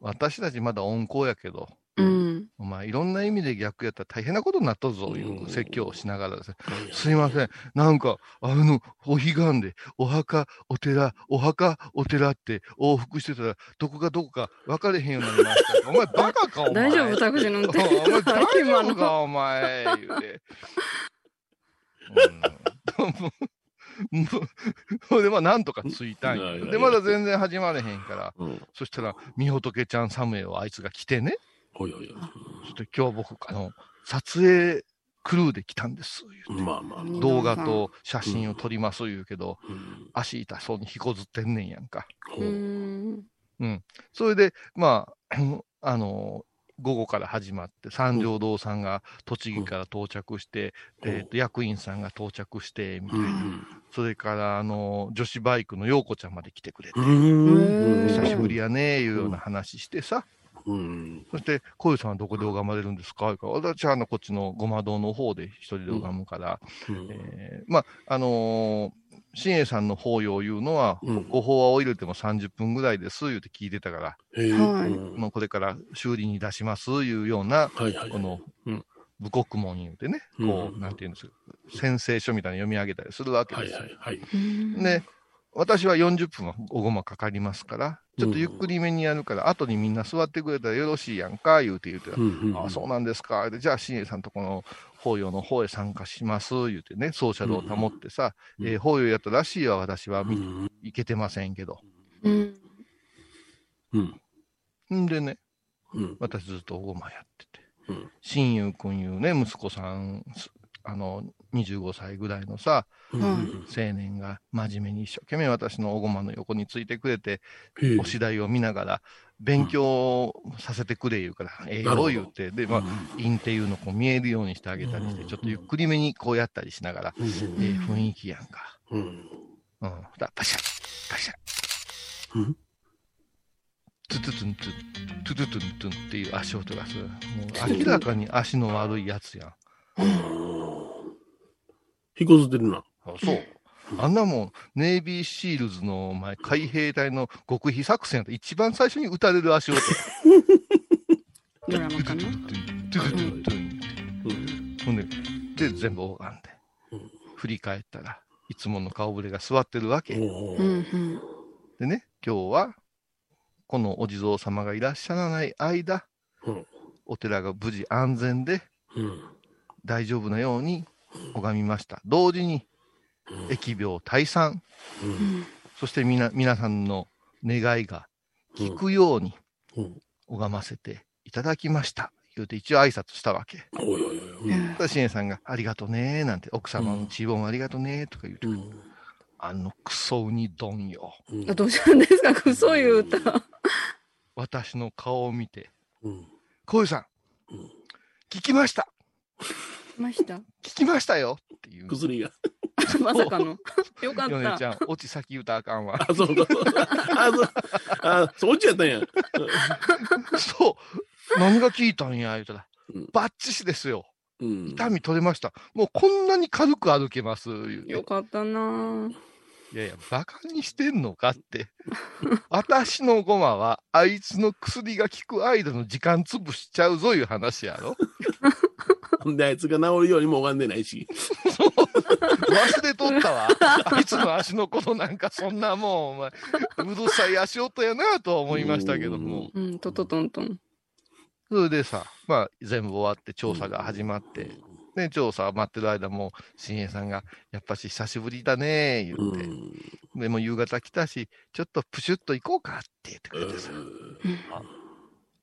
[SPEAKER 3] 私たちまだ温厚やけど、
[SPEAKER 2] い。うん。
[SPEAKER 3] お前、いろんな意味で逆やったら大変なことになったぞ、い
[SPEAKER 4] うん
[SPEAKER 3] う説教をしながらですね、
[SPEAKER 4] はい
[SPEAKER 3] すいません、なんか、あの、お彼岸で、お墓、お寺、お墓、お寺って往復してたら、どこがどこか分かれへんようになりました。 お前、バカか、お前。
[SPEAKER 2] 大丈夫、タクシーの運
[SPEAKER 3] お
[SPEAKER 2] 転
[SPEAKER 3] 前大
[SPEAKER 2] 今
[SPEAKER 3] 丈夫
[SPEAKER 2] の。
[SPEAKER 3] か、お前。言うて。うん、もうほんで、まあ、なんとかついたん
[SPEAKER 4] はいはい
[SPEAKER 3] よ。
[SPEAKER 4] はい
[SPEAKER 3] で、まだ全然始まれへんから、
[SPEAKER 4] うん
[SPEAKER 3] そしたら、みほとけちゃんサムエをあいつが来てね、
[SPEAKER 4] ほいほいほい
[SPEAKER 3] ちょっと今日僕、あの、撮影クルーで来たんです、言うて
[SPEAKER 4] まあまあ。
[SPEAKER 2] うん
[SPEAKER 3] 動画と写真を撮ります、言うけど、
[SPEAKER 4] うん
[SPEAKER 3] 足痛そうにひこずってんねんやんか。
[SPEAKER 4] ほ
[SPEAKER 2] う。
[SPEAKER 4] うん
[SPEAKER 3] それで、まあ、あの、午後から始まって、三条堂さんが栃木から到着して、
[SPEAKER 4] うん
[SPEAKER 3] えーと役員さんが到着して、みたい
[SPEAKER 4] うん
[SPEAKER 3] な、それからあの女子バイクの陽子ちゃんまで来てくれて、
[SPEAKER 4] うん。うん。
[SPEAKER 3] 久しぶり
[SPEAKER 4] や。
[SPEAKER 3] やねいうような話してさ、
[SPEAKER 4] うん。
[SPEAKER 3] そして、こういうさんはどこで拝まれるんですか言うから私はあのこっちのごま堂の方で一人で拝むから、えーまあ、あのー、新栄さんの法要いうのは、
[SPEAKER 4] うん
[SPEAKER 3] ご法話を入れても30分ぐらいです、言うて聞いてたから、
[SPEAKER 4] へえ
[SPEAKER 2] はい
[SPEAKER 4] うん
[SPEAKER 3] もうこれから修理に出します、いうような、
[SPEAKER 4] はいはい。
[SPEAKER 3] この
[SPEAKER 4] うん、
[SPEAKER 3] 武国門言うてね、こ
[SPEAKER 4] う
[SPEAKER 3] う、
[SPEAKER 4] ん
[SPEAKER 3] なんていうんですか、宣誓書みたいに読み上げたりするわけ
[SPEAKER 4] は
[SPEAKER 3] で
[SPEAKER 4] い
[SPEAKER 3] すよ
[SPEAKER 4] は。いはい。
[SPEAKER 3] ね、私は40分はおごまかかりますから、ちょっとゆっくりめにやるから、後にみんな座ってくれたらよろしいやんか、言うて言うて、
[SPEAKER 4] うんうん
[SPEAKER 3] ああ、そうなんですか。でじゃあ、新栄さんとこの法要の方へ参加します、言うてね、ソーシャルを保ってさ、
[SPEAKER 4] うん
[SPEAKER 3] えー法要やったらしいわ、私は、
[SPEAKER 4] う
[SPEAKER 3] み
[SPEAKER 4] ん。
[SPEAKER 3] 行けてませんけど。
[SPEAKER 2] うん。
[SPEAKER 4] うん。
[SPEAKER 3] んでね、
[SPEAKER 4] うん。
[SPEAKER 3] 私ずっとおごまやってて
[SPEAKER 4] うん、
[SPEAKER 3] 親友君いうね、息子さん、すあの、25歳ぐらいのさ、
[SPEAKER 4] うんうん
[SPEAKER 3] 青年が真面目に一生懸命私のおごまの横についてくれて、
[SPEAKER 4] へえ
[SPEAKER 3] お次第を見ながら、勉強させてくれ言うから、ええ
[SPEAKER 4] なるほ
[SPEAKER 3] よ
[SPEAKER 4] ど
[SPEAKER 3] 言うて、で、まあ、陰っていうのこう見えるようにしてあげたりして、
[SPEAKER 4] うん
[SPEAKER 3] ちょっとゆっくりめにこうやったりしながら、
[SPEAKER 4] うん
[SPEAKER 3] ええ雰囲気やんか。
[SPEAKER 4] うん。
[SPEAKER 3] うん。だパシャパシャ
[SPEAKER 4] うん
[SPEAKER 3] トゥトゥトゥントゥン、トゥトゥトゥントゥンっていう足音がする。もう明らかに足の悪いやつやん。
[SPEAKER 4] 引っこずってるな。
[SPEAKER 3] あそう。あんなもん、ネイビーシールズのお前、海兵隊の極秘作戦やった一番最初に撃たれる足音。
[SPEAKER 2] ドラマかな
[SPEAKER 3] トゥトゥトゥントゥン
[SPEAKER 4] うん。
[SPEAKER 3] ほんで、で、全部拝んで
[SPEAKER 4] うん、
[SPEAKER 3] 振り返ったらいつもの顔ぶれが座ってるわけ。
[SPEAKER 4] お
[SPEAKER 2] う
[SPEAKER 4] ー
[SPEAKER 2] んうん。
[SPEAKER 3] でね、今日は、このお地蔵様がいらっしゃらない間、
[SPEAKER 4] うん
[SPEAKER 3] お寺が無事安全で
[SPEAKER 4] うん。
[SPEAKER 3] 大丈夫なように拝みました。同時に、疫病退散、
[SPEAKER 4] うん
[SPEAKER 3] そしてみな皆さんの願いが聞くように
[SPEAKER 4] うん。
[SPEAKER 3] 拝ませていただきました。言うて一応挨拶したわけ。
[SPEAKER 4] おいおいおい。
[SPEAKER 2] うん
[SPEAKER 3] ただ、しさんが、ありがとねーなんて、奥様のチーボンありがとねーとか言うて、
[SPEAKER 4] うん。
[SPEAKER 3] あのクソウニ丼よ。
[SPEAKER 4] うん
[SPEAKER 2] あどうしたんですかクソ言うた。
[SPEAKER 3] 私の顔を見て、
[SPEAKER 4] うん。
[SPEAKER 3] こういうさん
[SPEAKER 4] うん、
[SPEAKER 3] 聞きました
[SPEAKER 2] ました
[SPEAKER 3] 聞きましたよっていう。
[SPEAKER 4] 薬が。
[SPEAKER 2] あまさかの。よかっ
[SPEAKER 3] ヨネ
[SPEAKER 2] た
[SPEAKER 3] ち。ゃん、オチ先言うたらあかんわ。
[SPEAKER 4] あ、そうかそうか。あ、そう。あ、そう落ちやったんや。
[SPEAKER 3] そう。何が聞いたんや、言うたら
[SPEAKER 4] うん。
[SPEAKER 3] バッチシですよ。
[SPEAKER 4] うん。
[SPEAKER 3] 痛み取れました。もうこんなに軽く歩けます。言うて
[SPEAKER 2] よかったなぁ
[SPEAKER 3] いやいや、バカにしてんのかって。 私のゴマは、あいつの薬が効く間の時間潰しちゃうぞいう話やろ。
[SPEAKER 4] で、あいつが治るようにも拝んでないし。
[SPEAKER 3] 忘れとった わ。あいつの足のことなんかそんなもう、お前、うるさい足音やなとは思いましたけども。
[SPEAKER 2] うん、トトトントン。
[SPEAKER 3] それでさ、まあ、全部終わって調査が始まって、ね、調査待ってる間も、新栄さんが、やっぱし久しぶりだね、
[SPEAKER 4] う
[SPEAKER 3] 言
[SPEAKER 4] ん。
[SPEAKER 3] っ
[SPEAKER 4] う
[SPEAKER 3] て。
[SPEAKER 4] ん。
[SPEAKER 3] でも夕方来たし、ちょっとプシュッと行こうかって言ってく
[SPEAKER 4] う
[SPEAKER 3] れて
[SPEAKER 4] ん
[SPEAKER 3] さ。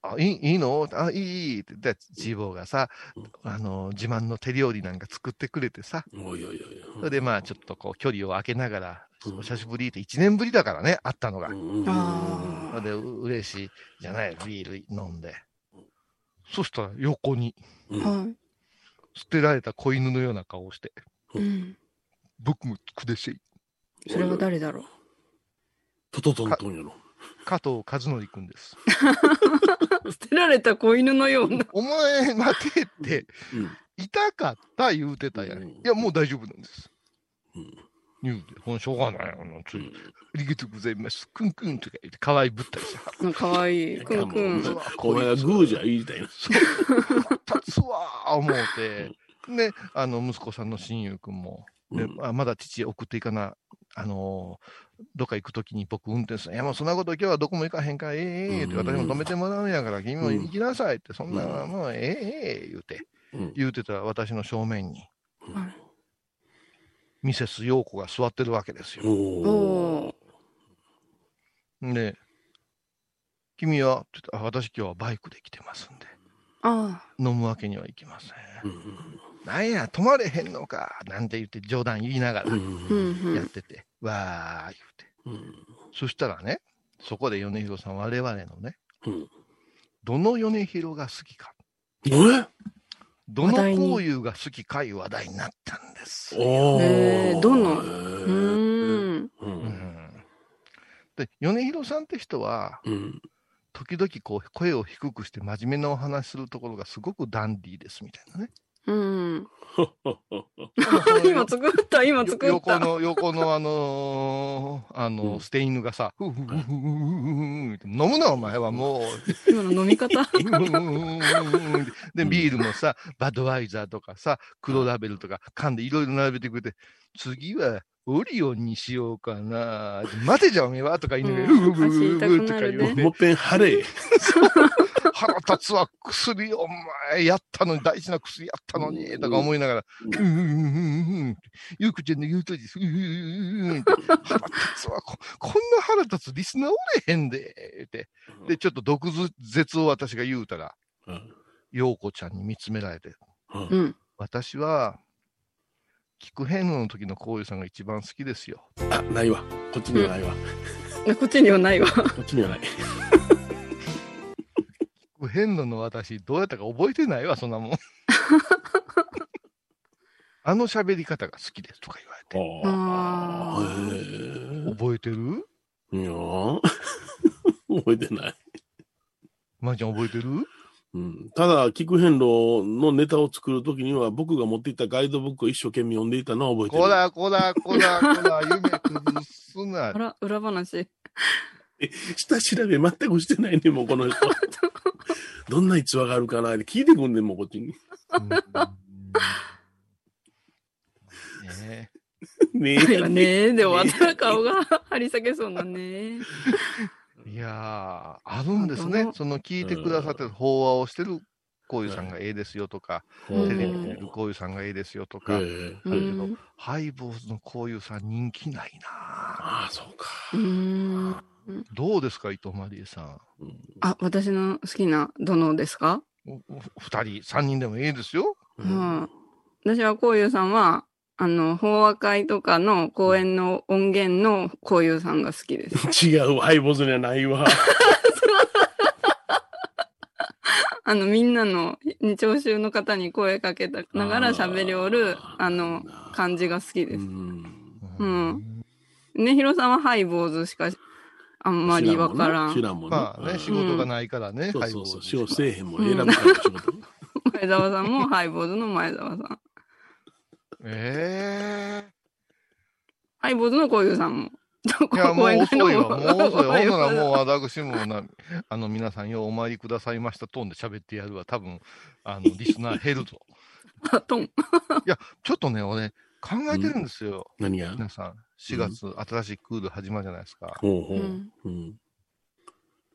[SPEAKER 3] あ、いいいいのあ、いい、いいって。で、ジーボーがさ、あの、自慢の手料理なんか作ってくれてさ。
[SPEAKER 4] おいおいおい。
[SPEAKER 3] それでまあ、ちょっとこう、距離を空けながら、
[SPEAKER 4] うん
[SPEAKER 3] お久しぶりって1年ぶりだからね、会ったのが
[SPEAKER 4] う。ん。
[SPEAKER 2] あ
[SPEAKER 3] それで、う嬉しいじゃない、ビール飲んで。そしたら横に、
[SPEAKER 4] うん
[SPEAKER 2] は
[SPEAKER 3] 捨てられた子犬のような顔をして、
[SPEAKER 2] い。うん。
[SPEAKER 3] 僕もくでしい。
[SPEAKER 2] それは誰だろう。
[SPEAKER 4] トトトントンやろ。
[SPEAKER 3] 加藤和則君です。
[SPEAKER 2] 捨てられた子犬のような。
[SPEAKER 3] お前、待てって、
[SPEAKER 4] うん。
[SPEAKER 3] 痛かった言うてたやん。
[SPEAKER 4] うん
[SPEAKER 3] いや、もう大丈夫なんです。
[SPEAKER 4] うん
[SPEAKER 3] 言うて、ほんしょうがない。あの、つい、ありがとうございます。くんくんとか言って、可愛いぶったりして。
[SPEAKER 2] かわいい。くんくん。
[SPEAKER 4] お前がグーじゃ言いたいな。
[SPEAKER 3] 立つわー思うて。で、あの、息子さんの親友君も、で
[SPEAKER 4] うん
[SPEAKER 3] あまだ父送っていかな、あのーどっか行くときに僕運転する。いや、もうそんなこと今日はどこも行かへんから、ええええって、
[SPEAKER 4] うん
[SPEAKER 3] 私も止めてもらうんやから、君も行きなさいって、そんな
[SPEAKER 4] う
[SPEAKER 3] のもうええええ言うて、
[SPEAKER 4] うん
[SPEAKER 3] 言うてたら私の正面に、
[SPEAKER 2] はい
[SPEAKER 3] ミセス陽子が座ってるわけですよ。
[SPEAKER 2] お
[SPEAKER 4] おー
[SPEAKER 2] お
[SPEAKER 3] で、君はって言ってあ私今日はバイクで来てますんで、
[SPEAKER 2] あ
[SPEAKER 3] 飲むわけにはいきません。
[SPEAKER 4] うん
[SPEAKER 3] なんや、止まれへんのか、なんて言って冗談言いなが
[SPEAKER 4] う
[SPEAKER 3] ら
[SPEAKER 4] ん
[SPEAKER 2] あ。うんう
[SPEAKER 3] やっ
[SPEAKER 2] ん。
[SPEAKER 3] てて、わー言うて。
[SPEAKER 4] うん
[SPEAKER 3] そしたらね、そこで米広さん、我々のね、
[SPEAKER 4] うん
[SPEAKER 3] どの米広が好きか、
[SPEAKER 4] えー
[SPEAKER 3] どの
[SPEAKER 2] 話題に
[SPEAKER 3] 交友が好きかいう話題になったんですよ。
[SPEAKER 4] おー
[SPEAKER 2] えーどの
[SPEAKER 4] えー
[SPEAKER 2] うーん。
[SPEAKER 4] う。
[SPEAKER 3] うんんで、米広さんって人は、
[SPEAKER 4] うん。
[SPEAKER 3] 時々こう声を低くして真面目なお話するところがすごくダンディーですみたいなね。
[SPEAKER 2] うん。
[SPEAKER 3] よ
[SPEAKER 2] 今作った、今作っ
[SPEAKER 3] 横
[SPEAKER 2] た。
[SPEAKER 3] の、横のあのーあの
[SPEAKER 4] うん
[SPEAKER 3] ー、捨て犬がさ、ふうふうふうふうふうって飲むなお前はもう、
[SPEAKER 2] 今の飲み方。
[SPEAKER 3] うんうんうんうんうんで、ビールもさ、バドワイザーとかさ、黒ラベルとか、缶でいろいろ並べてくれて、次はオリオンにしようかな。待てじゃおめえはとか言いながら、
[SPEAKER 2] うん
[SPEAKER 3] うぐうぐうぐうぐとか言
[SPEAKER 2] 足痛くな
[SPEAKER 3] う
[SPEAKER 2] る
[SPEAKER 3] て、
[SPEAKER 4] もっぺん晴れ。
[SPEAKER 3] 腹立つわ、薬、お前、やったのに、大事な薬やったのに、とか思いながら、うんうんうんうんうん、ゆうくちゃんの言うとりです、うんうんうんうんって、腹立つわ、ここんな腹立つリスナーおれへんで、って。で、ちょっと毒舌を私が言うたら、
[SPEAKER 4] うん、
[SPEAKER 3] 陽子ちゃんに見つめられて、
[SPEAKER 4] うん
[SPEAKER 2] うん。
[SPEAKER 3] 私は、キクヘンヌの時のこういうさんが一番好きですよ。
[SPEAKER 4] あ、ないわ。こっちにはないわ。
[SPEAKER 2] こっちにはないわ。
[SPEAKER 4] こっちにはない。
[SPEAKER 3] キクヘンヌの私、どうやったか覚えてないわ、そんなもん。あの喋り方が好きですとか言われて。
[SPEAKER 4] あ
[SPEAKER 2] あ
[SPEAKER 4] ーへー
[SPEAKER 3] 覚えてる
[SPEAKER 4] いやー 覚えてない。
[SPEAKER 3] まーちゃん覚えてる
[SPEAKER 4] うん、ただ、キクヘンロのネタを作るときには、僕が持っていたガイドブックを一生懸命読んでいたのは覚えてる。
[SPEAKER 3] こらこらこらこら、夢崩すな
[SPEAKER 2] あ。ら、裏話。
[SPEAKER 4] 下調べ全くしてないね、もう この人。どんな逸話があるかなって聞いてくんねん、もうこっ ちに。
[SPEAKER 3] うんね
[SPEAKER 4] ね
[SPEAKER 2] 今
[SPEAKER 4] え。
[SPEAKER 2] ねえ、で終わったら顔が 張り裂けそうなね。
[SPEAKER 3] えいやー、あるんです
[SPEAKER 2] あ
[SPEAKER 3] ね
[SPEAKER 2] の。
[SPEAKER 3] その聞いてくださってる法話をしてる、こういうさんがええですよとか、
[SPEAKER 2] う
[SPEAKER 3] テ
[SPEAKER 2] ん
[SPEAKER 3] レビ見てるこういうさんがええですよと
[SPEAKER 4] え
[SPEAKER 3] か、
[SPEAKER 4] ー
[SPEAKER 2] う
[SPEAKER 4] はい
[SPEAKER 2] ん。
[SPEAKER 3] ハイボーズのこういうさん人気ないな
[SPEAKER 4] ああ、そうか。
[SPEAKER 2] うん。
[SPEAKER 3] どうですか、伊藤マリエさん。
[SPEAKER 4] うん
[SPEAKER 2] あ、私の好きな殿ですか
[SPEAKER 3] おお二人、三人でもええですよ。
[SPEAKER 2] うん。私はこういうさんは、あの、法話会とかの公演の音源のこういうさんが好き です。
[SPEAKER 4] 違う、ハイボーズにはないわ。
[SPEAKER 2] あの、みんなの聴衆の方に声かけたながら喋りおる、
[SPEAKER 4] あー
[SPEAKER 2] あの、感じが好きで
[SPEAKER 4] う
[SPEAKER 2] す。
[SPEAKER 4] ん
[SPEAKER 2] うんねひろさんはハイボーズしか、あんまりわから
[SPEAKER 4] 知
[SPEAKER 2] ん。
[SPEAKER 4] らんもんね。
[SPEAKER 3] まあ
[SPEAKER 4] う
[SPEAKER 3] ね、
[SPEAKER 4] ん
[SPEAKER 3] 仕事がないからね、
[SPEAKER 4] そう
[SPEAKER 3] ハイ
[SPEAKER 4] そ
[SPEAKER 3] ボ
[SPEAKER 4] うそう、
[SPEAKER 3] ー
[SPEAKER 4] 仕
[SPEAKER 3] ズ
[SPEAKER 4] 事せえへんもん
[SPEAKER 2] うん
[SPEAKER 4] 選ぶから仕事。
[SPEAKER 2] 前澤さんもハイボーズの前澤さん。
[SPEAKER 3] え え
[SPEAKER 2] ハイボーズのこういうさんも。
[SPEAKER 3] いや、もう遅いわ、もう遅い。 ほんならもう
[SPEAKER 2] う。
[SPEAKER 3] 私もな、あの、皆さんようお参りくださいました、トーンで喋ってやるわ。多分、あ の、リスナー減るぞ。
[SPEAKER 2] あ、トン。
[SPEAKER 3] ちょっとね、俺、考えてるんですよ。
[SPEAKER 4] 何が
[SPEAKER 3] 皆さん、4月、新しいクール始まるじゃないですか。
[SPEAKER 4] ほうほ
[SPEAKER 2] う
[SPEAKER 4] う。
[SPEAKER 2] ん。
[SPEAKER 4] うん。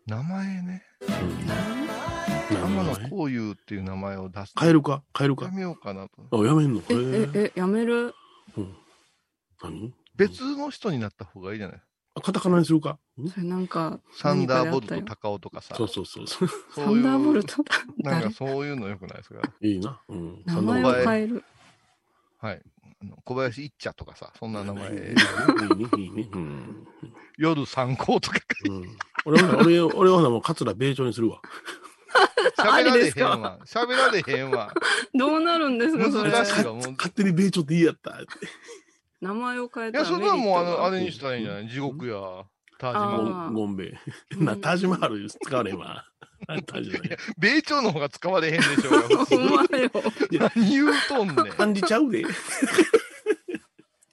[SPEAKER 3] 名前ね、
[SPEAKER 4] 何
[SPEAKER 3] 天
[SPEAKER 4] の
[SPEAKER 3] 野幸雄っていう名前を出す。
[SPEAKER 4] 変えるか変える
[SPEAKER 3] や
[SPEAKER 4] か
[SPEAKER 3] めようかなと。
[SPEAKER 4] あ、やめんのこ
[SPEAKER 2] え、
[SPEAKER 4] れ。
[SPEAKER 2] え、え、やめる
[SPEAKER 4] 何
[SPEAKER 3] 別の人になった方がいいじゃない。
[SPEAKER 4] あカタカナにするかん
[SPEAKER 2] それなんか、
[SPEAKER 3] サンダーボル
[SPEAKER 2] 何かであった
[SPEAKER 3] ト
[SPEAKER 2] よ
[SPEAKER 3] 高尾とかさ。
[SPEAKER 4] そうそう そうそう。
[SPEAKER 3] そう
[SPEAKER 2] サ
[SPEAKER 3] いう
[SPEAKER 2] ンダーボルトだ。
[SPEAKER 3] なんか
[SPEAKER 2] 誰
[SPEAKER 3] そういうのよくないですか。
[SPEAKER 4] いいな。うん。
[SPEAKER 2] 名前を変える。
[SPEAKER 3] はい。あの小林一茶とかさ、そんな名
[SPEAKER 4] いい
[SPEAKER 3] 前
[SPEAKER 4] ね。、いいね。いいね。うん。
[SPEAKER 3] 夜参考とか
[SPEAKER 4] うん俺は、俺、俺はもう、桂米朝にするわ。
[SPEAKER 3] 喋られへんわ。喋られへんわ。
[SPEAKER 2] どうなるんですか、それ。
[SPEAKER 3] 難しいわ。もう
[SPEAKER 4] 勝手に米朝って言いやった。
[SPEAKER 2] 名前を変え
[SPEAKER 3] い
[SPEAKER 2] たら
[SPEAKER 3] や、
[SPEAKER 2] メ
[SPEAKER 3] そ
[SPEAKER 2] リッ
[SPEAKER 3] れ
[SPEAKER 2] トが。
[SPEAKER 3] はもうあの、あれにしたらいいんじゃない地獄や、タージマ
[SPEAKER 2] あ
[SPEAKER 3] ハ
[SPEAKER 4] ゴ
[SPEAKER 3] ル
[SPEAKER 2] ー
[SPEAKER 4] ンゴンベ
[SPEAKER 2] うん。
[SPEAKER 4] イ。な、田島春使われば。 田島春
[SPEAKER 3] 米朝の方が使われへんでしょうが
[SPEAKER 2] ほんまよ。
[SPEAKER 3] 何言うとんねん。
[SPEAKER 4] 感じちゃうで。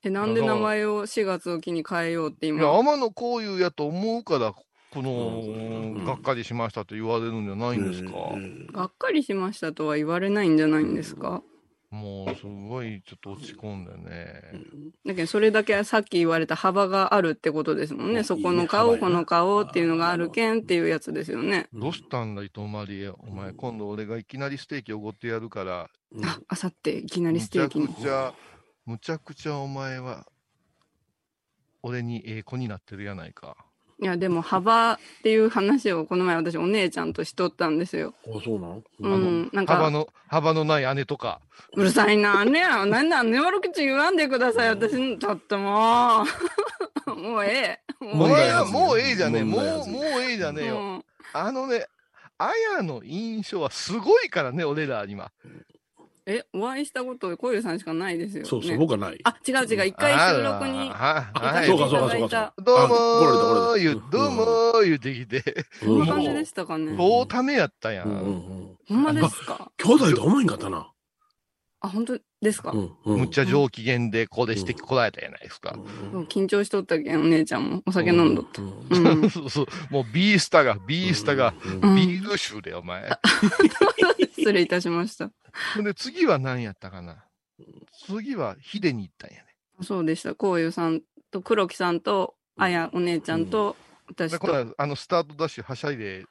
[SPEAKER 2] え、なんで名前を4月を機に変えようって
[SPEAKER 3] い
[SPEAKER 2] 今。
[SPEAKER 3] や、
[SPEAKER 2] あ
[SPEAKER 3] 天野幸雄やと思うから、この、
[SPEAKER 4] うん
[SPEAKER 3] がっかりしましたと言われるんじゃないんですか。
[SPEAKER 4] うん
[SPEAKER 2] がっかりしましたとは言われないんじゃないんですか
[SPEAKER 3] もう、すごい、ちょっと落ち込んでね。
[SPEAKER 2] だけど、それだけさっき言われた幅があるってことですもんね。そこの
[SPEAKER 4] いい
[SPEAKER 2] 顔、
[SPEAKER 4] ね幅
[SPEAKER 2] こ
[SPEAKER 4] やな
[SPEAKER 2] の顔っていうのがあるけんっていうやつですよね。
[SPEAKER 3] どうしたんだ、伊藤マリエ。お前、今度俺がいきなりステーキおごってやるから、
[SPEAKER 4] うん
[SPEAKER 2] あ、あさっていきなり
[SPEAKER 3] む
[SPEAKER 2] ス
[SPEAKER 3] ち
[SPEAKER 2] テー
[SPEAKER 3] ゃ
[SPEAKER 2] キに
[SPEAKER 3] く。ちゃ、むちゃくちゃお前は、俺にええ子になってるやないか。
[SPEAKER 2] いや、でも幅っていう話をこの前私お姉ちゃんとしとったんですよ。
[SPEAKER 4] あ、そうなの
[SPEAKER 2] う
[SPEAKER 4] あの
[SPEAKER 2] ん。なん
[SPEAKER 3] 幅
[SPEAKER 2] か、
[SPEAKER 3] の、幅のない姉とか。
[SPEAKER 2] うるさいな、ねや、なんなん、ね悪口言わんでください、私の、ちょっともう。 もうええ。
[SPEAKER 3] お
[SPEAKER 4] 問題
[SPEAKER 3] 前は
[SPEAKER 4] 発言
[SPEAKER 3] もうええじゃねえ。
[SPEAKER 4] 問
[SPEAKER 3] も
[SPEAKER 4] 題
[SPEAKER 3] う、
[SPEAKER 4] 発言
[SPEAKER 3] もうええじゃねえよ。
[SPEAKER 2] も
[SPEAKER 3] あのね、あやの印象はすごいからね、俺ら今。
[SPEAKER 2] え、お会いしたこと、コイルさんしかないですよ、ね。
[SPEAKER 4] そうそう、僕はない。
[SPEAKER 2] あ、違う違う、一回収録に。
[SPEAKER 3] あらはい。
[SPEAKER 4] そうかそうかそうかそうか。
[SPEAKER 3] どうも
[SPEAKER 4] あ来られた来ら
[SPEAKER 3] ー
[SPEAKER 4] れ
[SPEAKER 3] 言う
[SPEAKER 4] た、
[SPEAKER 3] どうもー言うてきて、
[SPEAKER 2] こん
[SPEAKER 4] う
[SPEAKER 2] なん感じでしたかね。
[SPEAKER 4] も
[SPEAKER 3] 棒ためやったや。
[SPEAKER 4] うんうんんうん
[SPEAKER 2] ほんまですか。
[SPEAKER 4] 兄弟と思いんかったな。
[SPEAKER 2] あ、本当ですか。
[SPEAKER 4] うんうん
[SPEAKER 3] むっちゃ上機嫌で、こうでしてこられたやないですか。
[SPEAKER 2] そう緊張しとったけん、お姉ちゃんもお酒飲んどった。うん。
[SPEAKER 3] そうそう。もうビースタが、ビースタが、
[SPEAKER 4] うん
[SPEAKER 2] うん
[SPEAKER 3] ビール臭で、お前。
[SPEAKER 2] 失礼いたしました。
[SPEAKER 3] ほんで、次は何やったかな。次は、ヒデに行ったんやね。
[SPEAKER 2] そうでした。こういうさんと黒木さんと、あやお姉ちゃんと、私
[SPEAKER 3] で、
[SPEAKER 2] と
[SPEAKER 3] こ。れあの、スタートダッシュはしゃいで、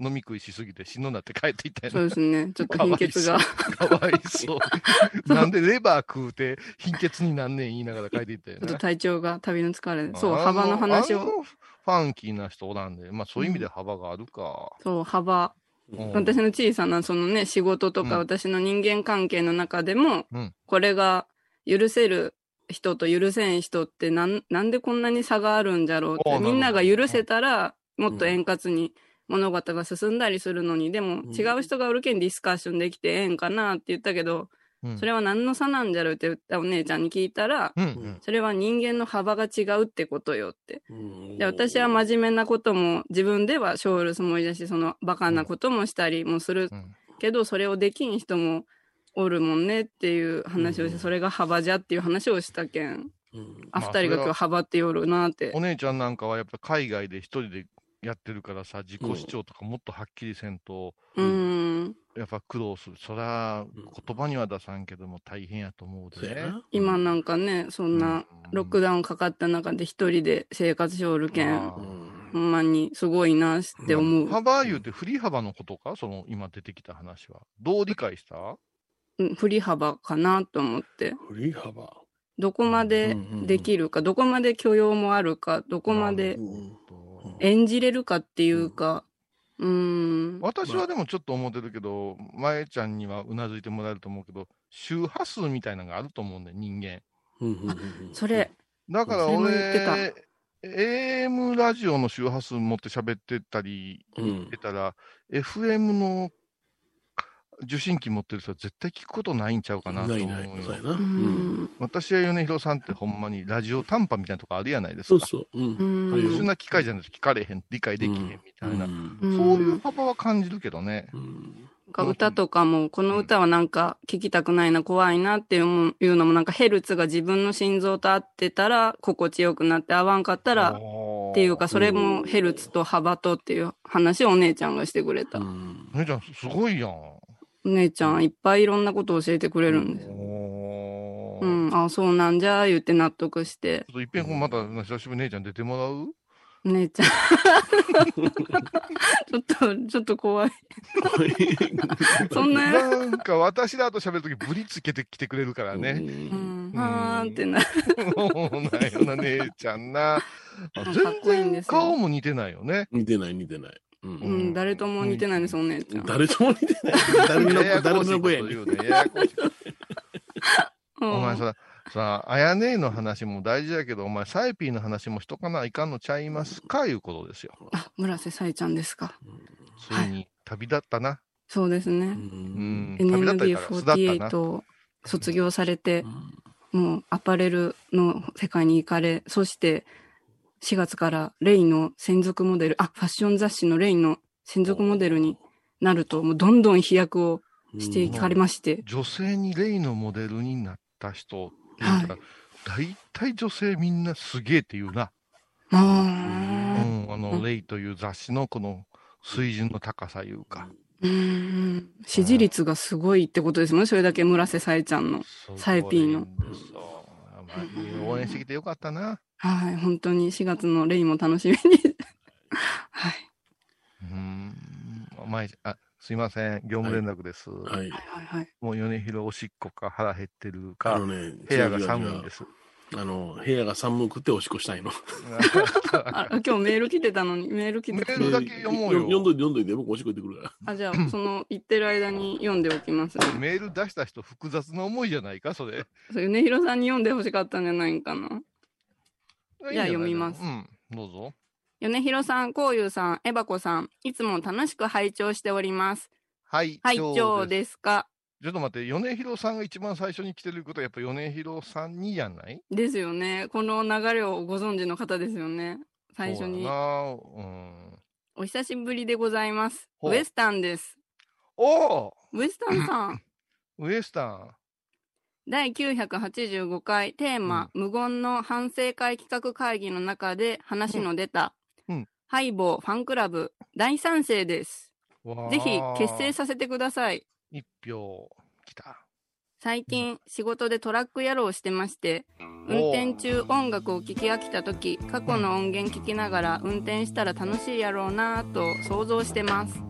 [SPEAKER 3] 飲み食いしすぎて死ぬなって帰っていったんや
[SPEAKER 2] そう
[SPEAKER 3] ね。
[SPEAKER 2] ですね。ちょっと貧 血が。
[SPEAKER 3] かわい そう。なんでレバー食うて、貧血になんねん言いながら帰っていったんや
[SPEAKER 2] ちょっと
[SPEAKER 3] ね。
[SPEAKER 2] 体調が旅の疲れで。そう、
[SPEAKER 3] あ
[SPEAKER 2] 幅の話
[SPEAKER 3] あ
[SPEAKER 2] を。
[SPEAKER 3] のファンキーな人おらんで、まあそういう意味で幅があるか。
[SPEAKER 2] そう、幅。
[SPEAKER 3] うん
[SPEAKER 2] 私の小さな、そのね、仕事と
[SPEAKER 3] う
[SPEAKER 2] か、
[SPEAKER 3] ん
[SPEAKER 2] 私の人間関係の中でも、
[SPEAKER 3] うん
[SPEAKER 2] これが許せる人と許せん人ってなん、なんでこんなに差があるんじゃろうっ
[SPEAKER 3] あ
[SPEAKER 2] て、
[SPEAKER 3] あなるほど
[SPEAKER 2] みんなが許せたら、もっと円滑に物事が進んだりするのに、でも
[SPEAKER 4] ん
[SPEAKER 2] 違う人がおるけんディスカッションできてええんかなって言ったけど、
[SPEAKER 3] うん
[SPEAKER 2] それは何の差なんじゃろうって言ったお姉ちゃんに聞いたら、
[SPEAKER 3] うんうん。
[SPEAKER 2] それは人間の幅が違うってことよって。
[SPEAKER 4] うん
[SPEAKER 2] で私は真面目なことも自分ではしょるつもりだしそのバカなこともしたりもする
[SPEAKER 3] うん
[SPEAKER 2] けど、それをできん人もおるもんねっていう話をして、
[SPEAKER 4] うん
[SPEAKER 2] それが幅じゃっていう話をしたけん
[SPEAKER 4] うん
[SPEAKER 2] あ
[SPEAKER 3] まあ
[SPEAKER 2] 二人が今
[SPEAKER 3] それは
[SPEAKER 2] 日幅っておるなって
[SPEAKER 3] お姉ちゃんなんかはやっぱ海外で一人でやってるからさ、自己主張とかもっとはっきりせんと、
[SPEAKER 2] うーん
[SPEAKER 3] やっぱ苦労する。そら、言葉には出さんけども大変やと思う
[SPEAKER 4] そう
[SPEAKER 3] で
[SPEAKER 4] や
[SPEAKER 3] ね。
[SPEAKER 4] な。
[SPEAKER 2] 今なんかねそんなロックダウンかかった中で一人で生活しおるけん、
[SPEAKER 3] あ
[SPEAKER 4] うん
[SPEAKER 2] ほんまにすごいなって思う、
[SPEAKER 3] 幅言うて振り幅のことかその今出てきた話は。どう理解した
[SPEAKER 2] うん、振り幅かなと思って
[SPEAKER 4] 振り幅。
[SPEAKER 2] どこまでできるか、どこまで許容もあるかどこまで
[SPEAKER 4] うん
[SPEAKER 2] 演じれるかっていうか、うーん。
[SPEAKER 3] 私はでもちょっと思ってるけど、まえちゃんにはうなずいてもらえると思うけど、周波数みたいなのがあると思うんだよ、人間。
[SPEAKER 4] うんうんうん
[SPEAKER 2] それ、
[SPEAKER 3] だから
[SPEAKER 2] それも言ってた
[SPEAKER 3] 俺、AM ラジオの周波数持って喋ってたり
[SPEAKER 4] うん
[SPEAKER 3] してたら、FM の受信機持ってる人は絶対聞くことないんちゃうかなと
[SPEAKER 4] ない
[SPEAKER 3] 思
[SPEAKER 4] な
[SPEAKER 3] う
[SPEAKER 4] い
[SPEAKER 3] よ。。
[SPEAKER 4] そうやな。う
[SPEAKER 2] うー
[SPEAKER 4] ん
[SPEAKER 2] ん。
[SPEAKER 3] 私や米広さんってほんまにラジオ短波みたいなとこあるやないですか。
[SPEAKER 4] そうそう。う
[SPEAKER 2] うんん
[SPEAKER 4] はい
[SPEAKER 3] 特殊な機械じゃないと聞かれへん、理解できへんみたいな。
[SPEAKER 4] うん
[SPEAKER 2] うん
[SPEAKER 3] そういう幅は感じるけどね。
[SPEAKER 4] うん
[SPEAKER 2] なんか歌とかも、この歌はなんか聴きたくないな、怖いなっていういうのも、なんかヘルツが自分の心臓と合ってたら心地よくなって、合わんかったら、
[SPEAKER 3] っ
[SPEAKER 2] っていうか、それもヘルツと幅とっていう話をお姉ちゃんがしてくれた。
[SPEAKER 4] うん
[SPEAKER 3] 姉ちゃん、すごいやん。お
[SPEAKER 2] お姉ちゃんいっぱいいろんなことを教えてくれるんです。
[SPEAKER 3] ー
[SPEAKER 2] うん、あ、そうなんじゃ、言って納得して
[SPEAKER 3] ちょ。っといっぺんこう、また久しぶりに姉ちゃん出てもらう
[SPEAKER 2] お姉 ちゃん。ちょっと、ちょっと怖い。そんな
[SPEAKER 3] なんか私らと喋るとき、ぶりつけてきてくれるからね。
[SPEAKER 2] う
[SPEAKER 4] ね。
[SPEAKER 2] ん、あーってなる。
[SPEAKER 3] もうなんやな、姉ちゃん な。あ
[SPEAKER 2] かっこいいんで
[SPEAKER 3] 全然
[SPEAKER 2] すよ
[SPEAKER 3] 顔も似てないよね。
[SPEAKER 4] 似てない似てない。う
[SPEAKER 2] うんん、誰とも似てないです、お姉ちゃん。
[SPEAKER 4] 誰とも似てない。誰の
[SPEAKER 3] やや
[SPEAKER 4] 誰
[SPEAKER 3] こしい
[SPEAKER 4] の
[SPEAKER 3] こと
[SPEAKER 4] 声やね
[SPEAKER 3] 言うね。ややこしい
[SPEAKER 2] うん
[SPEAKER 3] お前さ、さあ、あやねえの話も大事やけど、お前、サイピーの話もしとかないかんのちゃいますかいうことですよ。
[SPEAKER 2] あ、村瀬さえちゃんですか。
[SPEAKER 3] ついに旅立ったな。
[SPEAKER 2] そうです
[SPEAKER 4] う
[SPEAKER 2] ね。
[SPEAKER 3] うん
[SPEAKER 4] ん。
[SPEAKER 3] 旅立ったりから巣立ったな。
[SPEAKER 2] NMB48 を卒業されて、もうアパレルの世界に行かれ、そして4月からレイの専属モデル、あ、ファッション雑誌のレイの専属モデルになると、もうどんどん飛躍をしていかれまして、
[SPEAKER 3] 女性にレイのモデルになった人、
[SPEAKER 2] はい
[SPEAKER 3] だい、大体女性みんなすげえって言うな。
[SPEAKER 2] あ
[SPEAKER 3] うん、あ
[SPEAKER 2] うん
[SPEAKER 3] の、レイという雑誌のこの水準の高さいうか。
[SPEAKER 2] ーうん、支持率がすごいってことですもんね、それだけ村瀬さえちゃんの。サイピーの
[SPEAKER 3] すごいんですよ。まあ応援してきてよかったな。
[SPEAKER 2] はい、本当に4月のレイも楽しみに。 はい。
[SPEAKER 3] うん。お前、あ、すいません。業務連絡です。
[SPEAKER 4] はい。
[SPEAKER 2] はいはいはい。
[SPEAKER 3] もう米広おしっこか腹減ってる
[SPEAKER 4] あ
[SPEAKER 3] か
[SPEAKER 4] の、ね、
[SPEAKER 3] 部屋が寒いんです。
[SPEAKER 4] あの、部屋が寒くておしっこしたいの。
[SPEAKER 2] あら、今日メール来てたのに、メール来てた
[SPEAKER 3] メールだけ読もうよ
[SPEAKER 4] 読んどいて読んどいて、僕おしっこ行ってくるから。
[SPEAKER 2] あ、じゃあ、その、言ってる間に読んでおきます、ね。
[SPEAKER 3] メール出した人複雑な思いじゃないか、それ。
[SPEAKER 2] そう、米広さんに読んでほしかったんじゃないんかな。
[SPEAKER 3] いいん
[SPEAKER 2] じゃあ
[SPEAKER 3] ない
[SPEAKER 2] 読みます
[SPEAKER 3] うん、どうぞ。
[SPEAKER 2] 米広さん、こうゆうさん、えばこさん、いつも楽しく拝聴しております。
[SPEAKER 3] はい、
[SPEAKER 2] 拝
[SPEAKER 3] 長
[SPEAKER 2] 聴
[SPEAKER 3] です
[SPEAKER 2] ですか
[SPEAKER 3] ちょっと待って、米広さんが一番最初に来てることは、やっぱ米広さんにやない
[SPEAKER 2] ですよね。この流れをご存知の方ですよね。最初
[SPEAKER 3] そう
[SPEAKER 2] に
[SPEAKER 3] や。なうん。
[SPEAKER 2] お久しぶりでございます。
[SPEAKER 3] ほう
[SPEAKER 2] ウエスタンです。
[SPEAKER 3] おお
[SPEAKER 2] ウエスタンさ ん、
[SPEAKER 3] ウエスタン。
[SPEAKER 2] 第985回テーマ、無言の反省会企画会議の中で話の出た、
[SPEAKER 3] うんうん
[SPEAKER 2] ハイボーファンクラブ大賛成です。
[SPEAKER 3] わー
[SPEAKER 2] ぜひ結成させてください。
[SPEAKER 3] 一票、来た。
[SPEAKER 2] 最近仕事でトラック野郎をしてまして、運転中音楽を聴き飽きた時、過去の音源聴きながら運転したら楽しいやろうなぁと想像してます。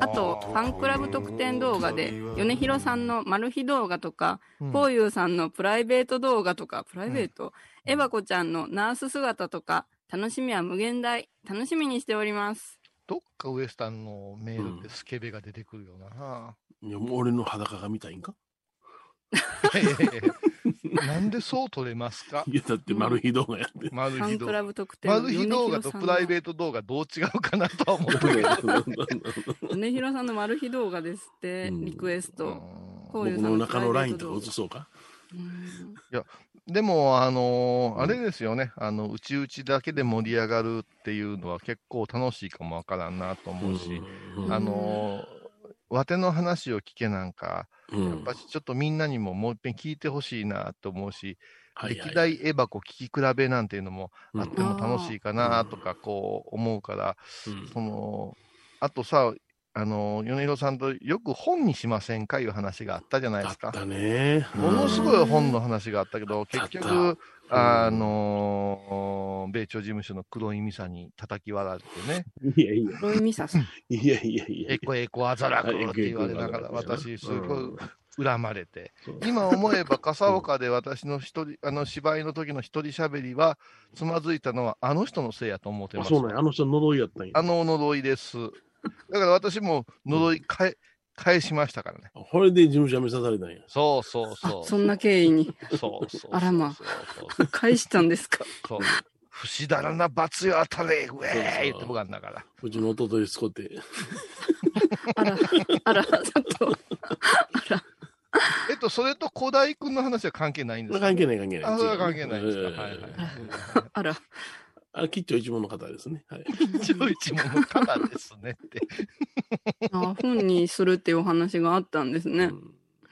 [SPEAKER 2] あと、ファンクラブ特典動画で、米広さんのマル秘動画とか、
[SPEAKER 3] うん
[SPEAKER 2] こうゆうさんのプライベート動画とか、プライベート、
[SPEAKER 3] うん
[SPEAKER 2] エバコちゃんのナース姿とか、楽しみは無限大、楽しみにしております。
[SPEAKER 3] どっかウエスタンのメールでスケベが出てくる よな。
[SPEAKER 4] いや、もう俺の裸が見たいんか
[SPEAKER 3] なんでそう取れますか
[SPEAKER 4] いや、だって丸ひ動画やって。
[SPEAKER 3] マ
[SPEAKER 2] フ
[SPEAKER 3] ル
[SPEAKER 2] ァ
[SPEAKER 3] ヒ
[SPEAKER 2] ンク
[SPEAKER 3] 動画
[SPEAKER 2] ラ。ブ特典
[SPEAKER 3] マルヒ動画とプライ
[SPEAKER 2] ー
[SPEAKER 3] ベート動画どう違うかなとは 思ったけど。
[SPEAKER 2] ト。米広さんのマル秘動画ですって、
[SPEAKER 4] うん
[SPEAKER 2] リクエスト。こう
[SPEAKER 4] 僕
[SPEAKER 2] ゆうさ
[SPEAKER 4] の
[SPEAKER 2] んのプ
[SPEAKER 4] 中
[SPEAKER 2] ライ
[SPEAKER 4] の
[SPEAKER 2] ベ
[SPEAKER 4] ライ
[SPEAKER 2] ー
[SPEAKER 4] ン
[SPEAKER 2] ト動
[SPEAKER 4] とか
[SPEAKER 2] 画
[SPEAKER 4] 映。そうか
[SPEAKER 2] うん
[SPEAKER 3] でも、あのー
[SPEAKER 4] うん
[SPEAKER 3] あれですよね、あの、うちうちだけで盛り上がるっていうのは結構楽しいかもわからんなと思うし、
[SPEAKER 4] うん
[SPEAKER 3] あのーわての話を聞けなんか、
[SPEAKER 4] うん
[SPEAKER 3] やっぱしちょっとみんなにももう一遍聞いてほしいなと思うし、
[SPEAKER 4] はいはい
[SPEAKER 3] 歴代エバコ聞き比べなんていうのも
[SPEAKER 4] うん
[SPEAKER 3] あっても楽しいかなとか、こう思うから、
[SPEAKER 4] うん
[SPEAKER 3] その、あとさ、あのー、米広さんとよく本にしませんかいう話があったじゃないで
[SPEAKER 4] あ
[SPEAKER 3] す
[SPEAKER 4] っ
[SPEAKER 3] か。
[SPEAKER 4] たね。
[SPEAKER 3] ものす
[SPEAKER 4] い。
[SPEAKER 3] ごい本の話があったけど、結
[SPEAKER 4] あ
[SPEAKER 3] 局、
[SPEAKER 4] た
[SPEAKER 3] あのー米朝事務所の黒いミサに叩き割られてね、
[SPEAKER 4] いやいや、
[SPEAKER 2] ロイミサさん。
[SPEAKER 4] いやいやいや。
[SPEAKER 3] エコエコアザラク
[SPEAKER 4] はい
[SPEAKER 3] って言われながら、
[SPEAKER 4] エコエコアザラク
[SPEAKER 3] 私、すごい恨まれて、
[SPEAKER 4] そう
[SPEAKER 3] 今思えば笠岡で私の一人、あ の芝居の時の一人喋りは、つまずいたのはあの人のせいやと思って
[SPEAKER 4] あ、
[SPEAKER 3] ます。
[SPEAKER 4] そうなんやあの人呪いやったんや
[SPEAKER 3] あ。の呪いです。だから私も呪い返返しましたからね。
[SPEAKER 4] これで事務所辞めさされたんや。
[SPEAKER 3] そうそう
[SPEAKER 2] あ
[SPEAKER 3] そ、う。
[SPEAKER 2] そんな経緯に。
[SPEAKER 3] そうそうそう。
[SPEAKER 2] あらま
[SPEAKER 3] そうそうそう
[SPEAKER 2] 返したんですか
[SPEAKER 3] そう。不死だらな罰よ当たれ、ウェ
[SPEAKER 4] そう
[SPEAKER 3] ー
[SPEAKER 4] そ
[SPEAKER 3] イ
[SPEAKER 4] う
[SPEAKER 3] って僕あんだから。
[SPEAKER 4] うちの弟ですこって。
[SPEAKER 2] あら、あら、ちょっと。
[SPEAKER 3] えっと、それと小田井君の話は関係ないんですか
[SPEAKER 4] 関係ない関係ない。
[SPEAKER 3] あ、それは関係ないんですか。
[SPEAKER 4] ええ
[SPEAKER 3] はいはいはい。
[SPEAKER 2] あら、
[SPEAKER 4] あ、吉兆一門の方ですね。はい。
[SPEAKER 3] 一応一問の方ですねって。
[SPEAKER 2] あ本にするっていうお話があったんですね。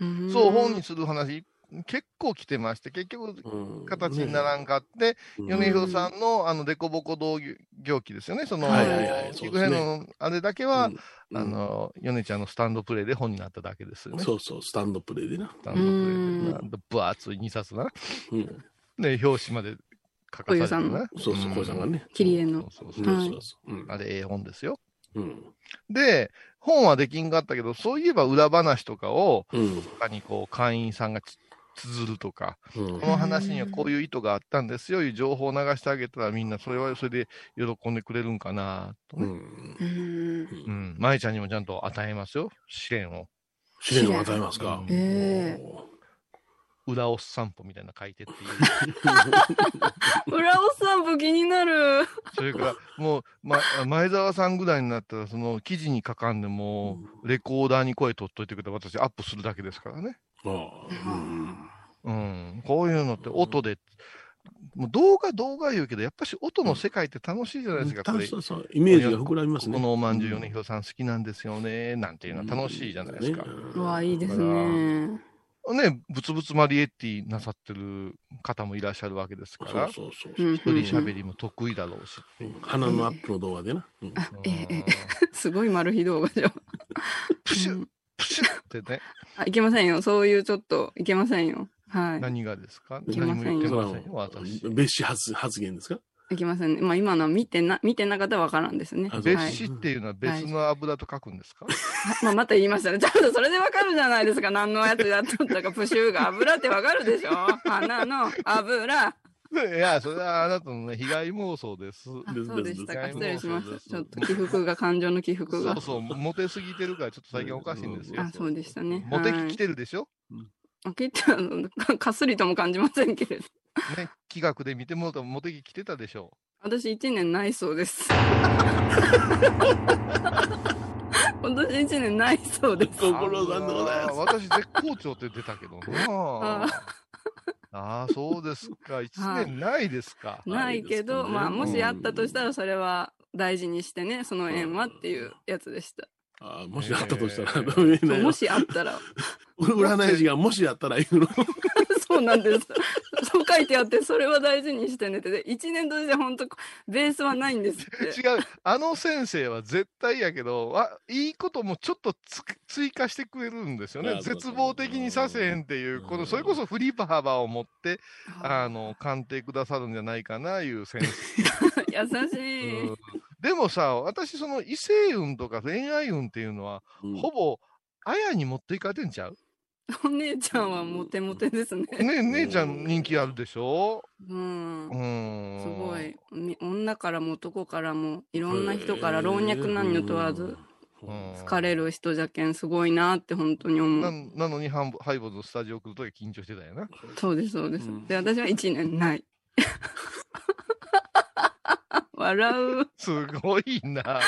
[SPEAKER 2] ん
[SPEAKER 3] そう、本にする話、結構来てまして、結局、
[SPEAKER 4] うん
[SPEAKER 3] 形にならんかって、
[SPEAKER 4] うん
[SPEAKER 3] 米広さんの、あの、凸凹同行記ですよね、その、
[SPEAKER 2] はいはいはい
[SPEAKER 3] 聞くへの、あれだけは、
[SPEAKER 4] うん
[SPEAKER 3] あの、米ちゃんのスタンドプレーで本になっただけですよね。
[SPEAKER 4] そうそう、スタンドプレーでな。
[SPEAKER 3] スタンドプレーで
[SPEAKER 2] う
[SPEAKER 3] な。分厚い2冊だな。
[SPEAKER 4] うん
[SPEAKER 3] ね、表紙まで書かされてるな。
[SPEAKER 4] そうそう、小井さんがね。
[SPEAKER 2] 切り絵の。
[SPEAKER 3] そうそううんそう
[SPEAKER 2] はい
[SPEAKER 4] そうそう。うん
[SPEAKER 3] あれ、ええ本ですよ。
[SPEAKER 4] うん。
[SPEAKER 3] で、本はできんかったけど、そういえば裏話とかを、
[SPEAKER 4] うん。
[SPEAKER 3] 他にこう、会員さんがつ綴るとか、
[SPEAKER 4] うん
[SPEAKER 3] この話にはこういう意図があったんですよ、いう情報を流してあげたら、みんなそれはそれで喜んでくれるんかな、と
[SPEAKER 4] う
[SPEAKER 3] ね。
[SPEAKER 4] ん。
[SPEAKER 2] うん
[SPEAKER 3] うん。舞ちゃんにもちゃんと与えますよ、試練を。
[SPEAKER 4] 試練を与えますか。
[SPEAKER 2] ええ
[SPEAKER 3] 裏おっ散歩みたいなの書いてっていう。
[SPEAKER 2] 裏おっさんぽ気になる。
[SPEAKER 3] それから、もう、ま、前澤さんぐらいになったら、その記事に書かんでも、レコーダーに声取っといてくれたら、私アップするだけですからね。
[SPEAKER 4] ああうん
[SPEAKER 3] うん、こういうのって音で、もう動画動画言うけど、やっぱし音の世界って楽しいじゃないですか、これ。
[SPEAKER 4] そ
[SPEAKER 3] こ
[SPEAKER 4] うそう、イメージが膨らみますね。
[SPEAKER 3] このおまんじゅう米広さん好きなんですよね、なんていうのは楽しいじゃないですか。
[SPEAKER 4] う
[SPEAKER 2] う
[SPEAKER 4] ん
[SPEAKER 2] わ、いいです
[SPEAKER 3] だか
[SPEAKER 2] ね。
[SPEAKER 3] ね、ぶつぶつマリエッティなさってる方もいらっしゃるわけですから、一
[SPEAKER 4] そうそう
[SPEAKER 2] う
[SPEAKER 4] そう。
[SPEAKER 2] ん
[SPEAKER 3] 人喋りも得意だろうし。
[SPEAKER 4] うん鼻のアップの動画でな。うん
[SPEAKER 2] あ、ええ、ええ
[SPEAKER 3] うん
[SPEAKER 2] すごいマル秘動画じゃん。
[SPEAKER 3] プシュ
[SPEAKER 2] う
[SPEAKER 3] ッ、
[SPEAKER 2] ん
[SPEAKER 3] プシュッってね、
[SPEAKER 2] あ、いけませんよ。そういうちょっと、いけませんよ。は
[SPEAKER 3] 何がですか
[SPEAKER 2] いけませ
[SPEAKER 3] 何
[SPEAKER 2] ん
[SPEAKER 3] も
[SPEAKER 2] よ
[SPEAKER 3] 言って
[SPEAKER 4] それ
[SPEAKER 3] ま
[SPEAKER 4] は
[SPEAKER 3] せんよ、私。
[SPEAKER 4] 別紙発発言ですか
[SPEAKER 2] い。いけませんね。まあ今のは見てな、見てなかったらわからんですね。は
[SPEAKER 4] あ
[SPEAKER 2] い。
[SPEAKER 3] 別
[SPEAKER 4] はい
[SPEAKER 3] 紙っていうのは別の油と書くんですか
[SPEAKER 2] まあまた言いましたね。ちゃんとそれでわかるじゃないですか。何のやつやっとったか、プシューが油ってわかるでしょ花の油。
[SPEAKER 3] いや、それはあなたのね、被害妄想です。
[SPEAKER 2] あ
[SPEAKER 4] です
[SPEAKER 2] そうでしたか。
[SPEAKER 3] です
[SPEAKER 2] 失礼しま
[SPEAKER 3] そうで
[SPEAKER 2] した。
[SPEAKER 3] す
[SPEAKER 2] ちょっと起伏が、感情の起伏
[SPEAKER 3] そ
[SPEAKER 2] が
[SPEAKER 3] う。そう、モテすぎてるから、ちょっと最近おかしいんですよ
[SPEAKER 2] あ、。そうでしたね。
[SPEAKER 3] モテ
[SPEAKER 2] は
[SPEAKER 3] 期
[SPEAKER 2] い
[SPEAKER 3] 来てるでしょ、
[SPEAKER 2] あ切ってあのかかすりとも感じませんけれど。
[SPEAKER 3] ね、気学で見てもらったらモテ期来てたでしょ
[SPEAKER 2] 私1年ないそうです。今年1年ないそうです。
[SPEAKER 4] ご苦労さんでござい
[SPEAKER 3] あ
[SPEAKER 4] ま
[SPEAKER 3] のー
[SPEAKER 4] す。
[SPEAKER 3] 私、絶好調って出たけど
[SPEAKER 2] 음.
[SPEAKER 3] な。ああ、そうですか。1年ないですか。
[SPEAKER 2] ないけど、
[SPEAKER 4] はい
[SPEAKER 2] まあ、もしあったとしたら、それは大事にしてね、その縁はっていうやつでした。
[SPEAKER 4] あーもしあったとしたら、
[SPEAKER 3] えー
[SPEAKER 4] ダメだ
[SPEAKER 2] そう
[SPEAKER 4] よ
[SPEAKER 2] もしあったら、
[SPEAKER 4] 占い師がもしやったら言うの。
[SPEAKER 2] そうなんです。そう書いてあって、それは大事にしてねって。で、1年として本当ベースはないんですって。
[SPEAKER 3] 違う。あの先生は絶対やけど、あいいこともちょっとつく追加してくれるんですよ
[SPEAKER 4] いや
[SPEAKER 3] ね。
[SPEAKER 4] そう
[SPEAKER 3] 絶望的にさせへんっていう、
[SPEAKER 4] うん
[SPEAKER 3] この、それこそフリー幅を持って、あ
[SPEAKER 2] あ
[SPEAKER 3] の、鑑定くださるんじゃないかな、いう先生。
[SPEAKER 2] 優しい。
[SPEAKER 3] でもさ、私、その異性運とか恋愛運っていうのは、ほぼ、あやに持っていかれてんち ゃう
[SPEAKER 2] お姉ちゃんはモテモテですね。
[SPEAKER 3] ね姉ちゃん人気あるでしょ
[SPEAKER 2] うん
[SPEAKER 3] う。ん。
[SPEAKER 2] すごい。み女からも男からも、いろんな人から老若男女問わず、
[SPEAKER 3] うん。
[SPEAKER 2] 好かれる人じゃけんすごいなって本当に思
[SPEAKER 3] な
[SPEAKER 2] う。
[SPEAKER 3] なのにハンボ、ハイボーズのスタジオ来るとき緊張してたよな。
[SPEAKER 2] そうです、そうです
[SPEAKER 4] うん。
[SPEAKER 2] で、私は1年 ない。笑う。
[SPEAKER 3] すごいな。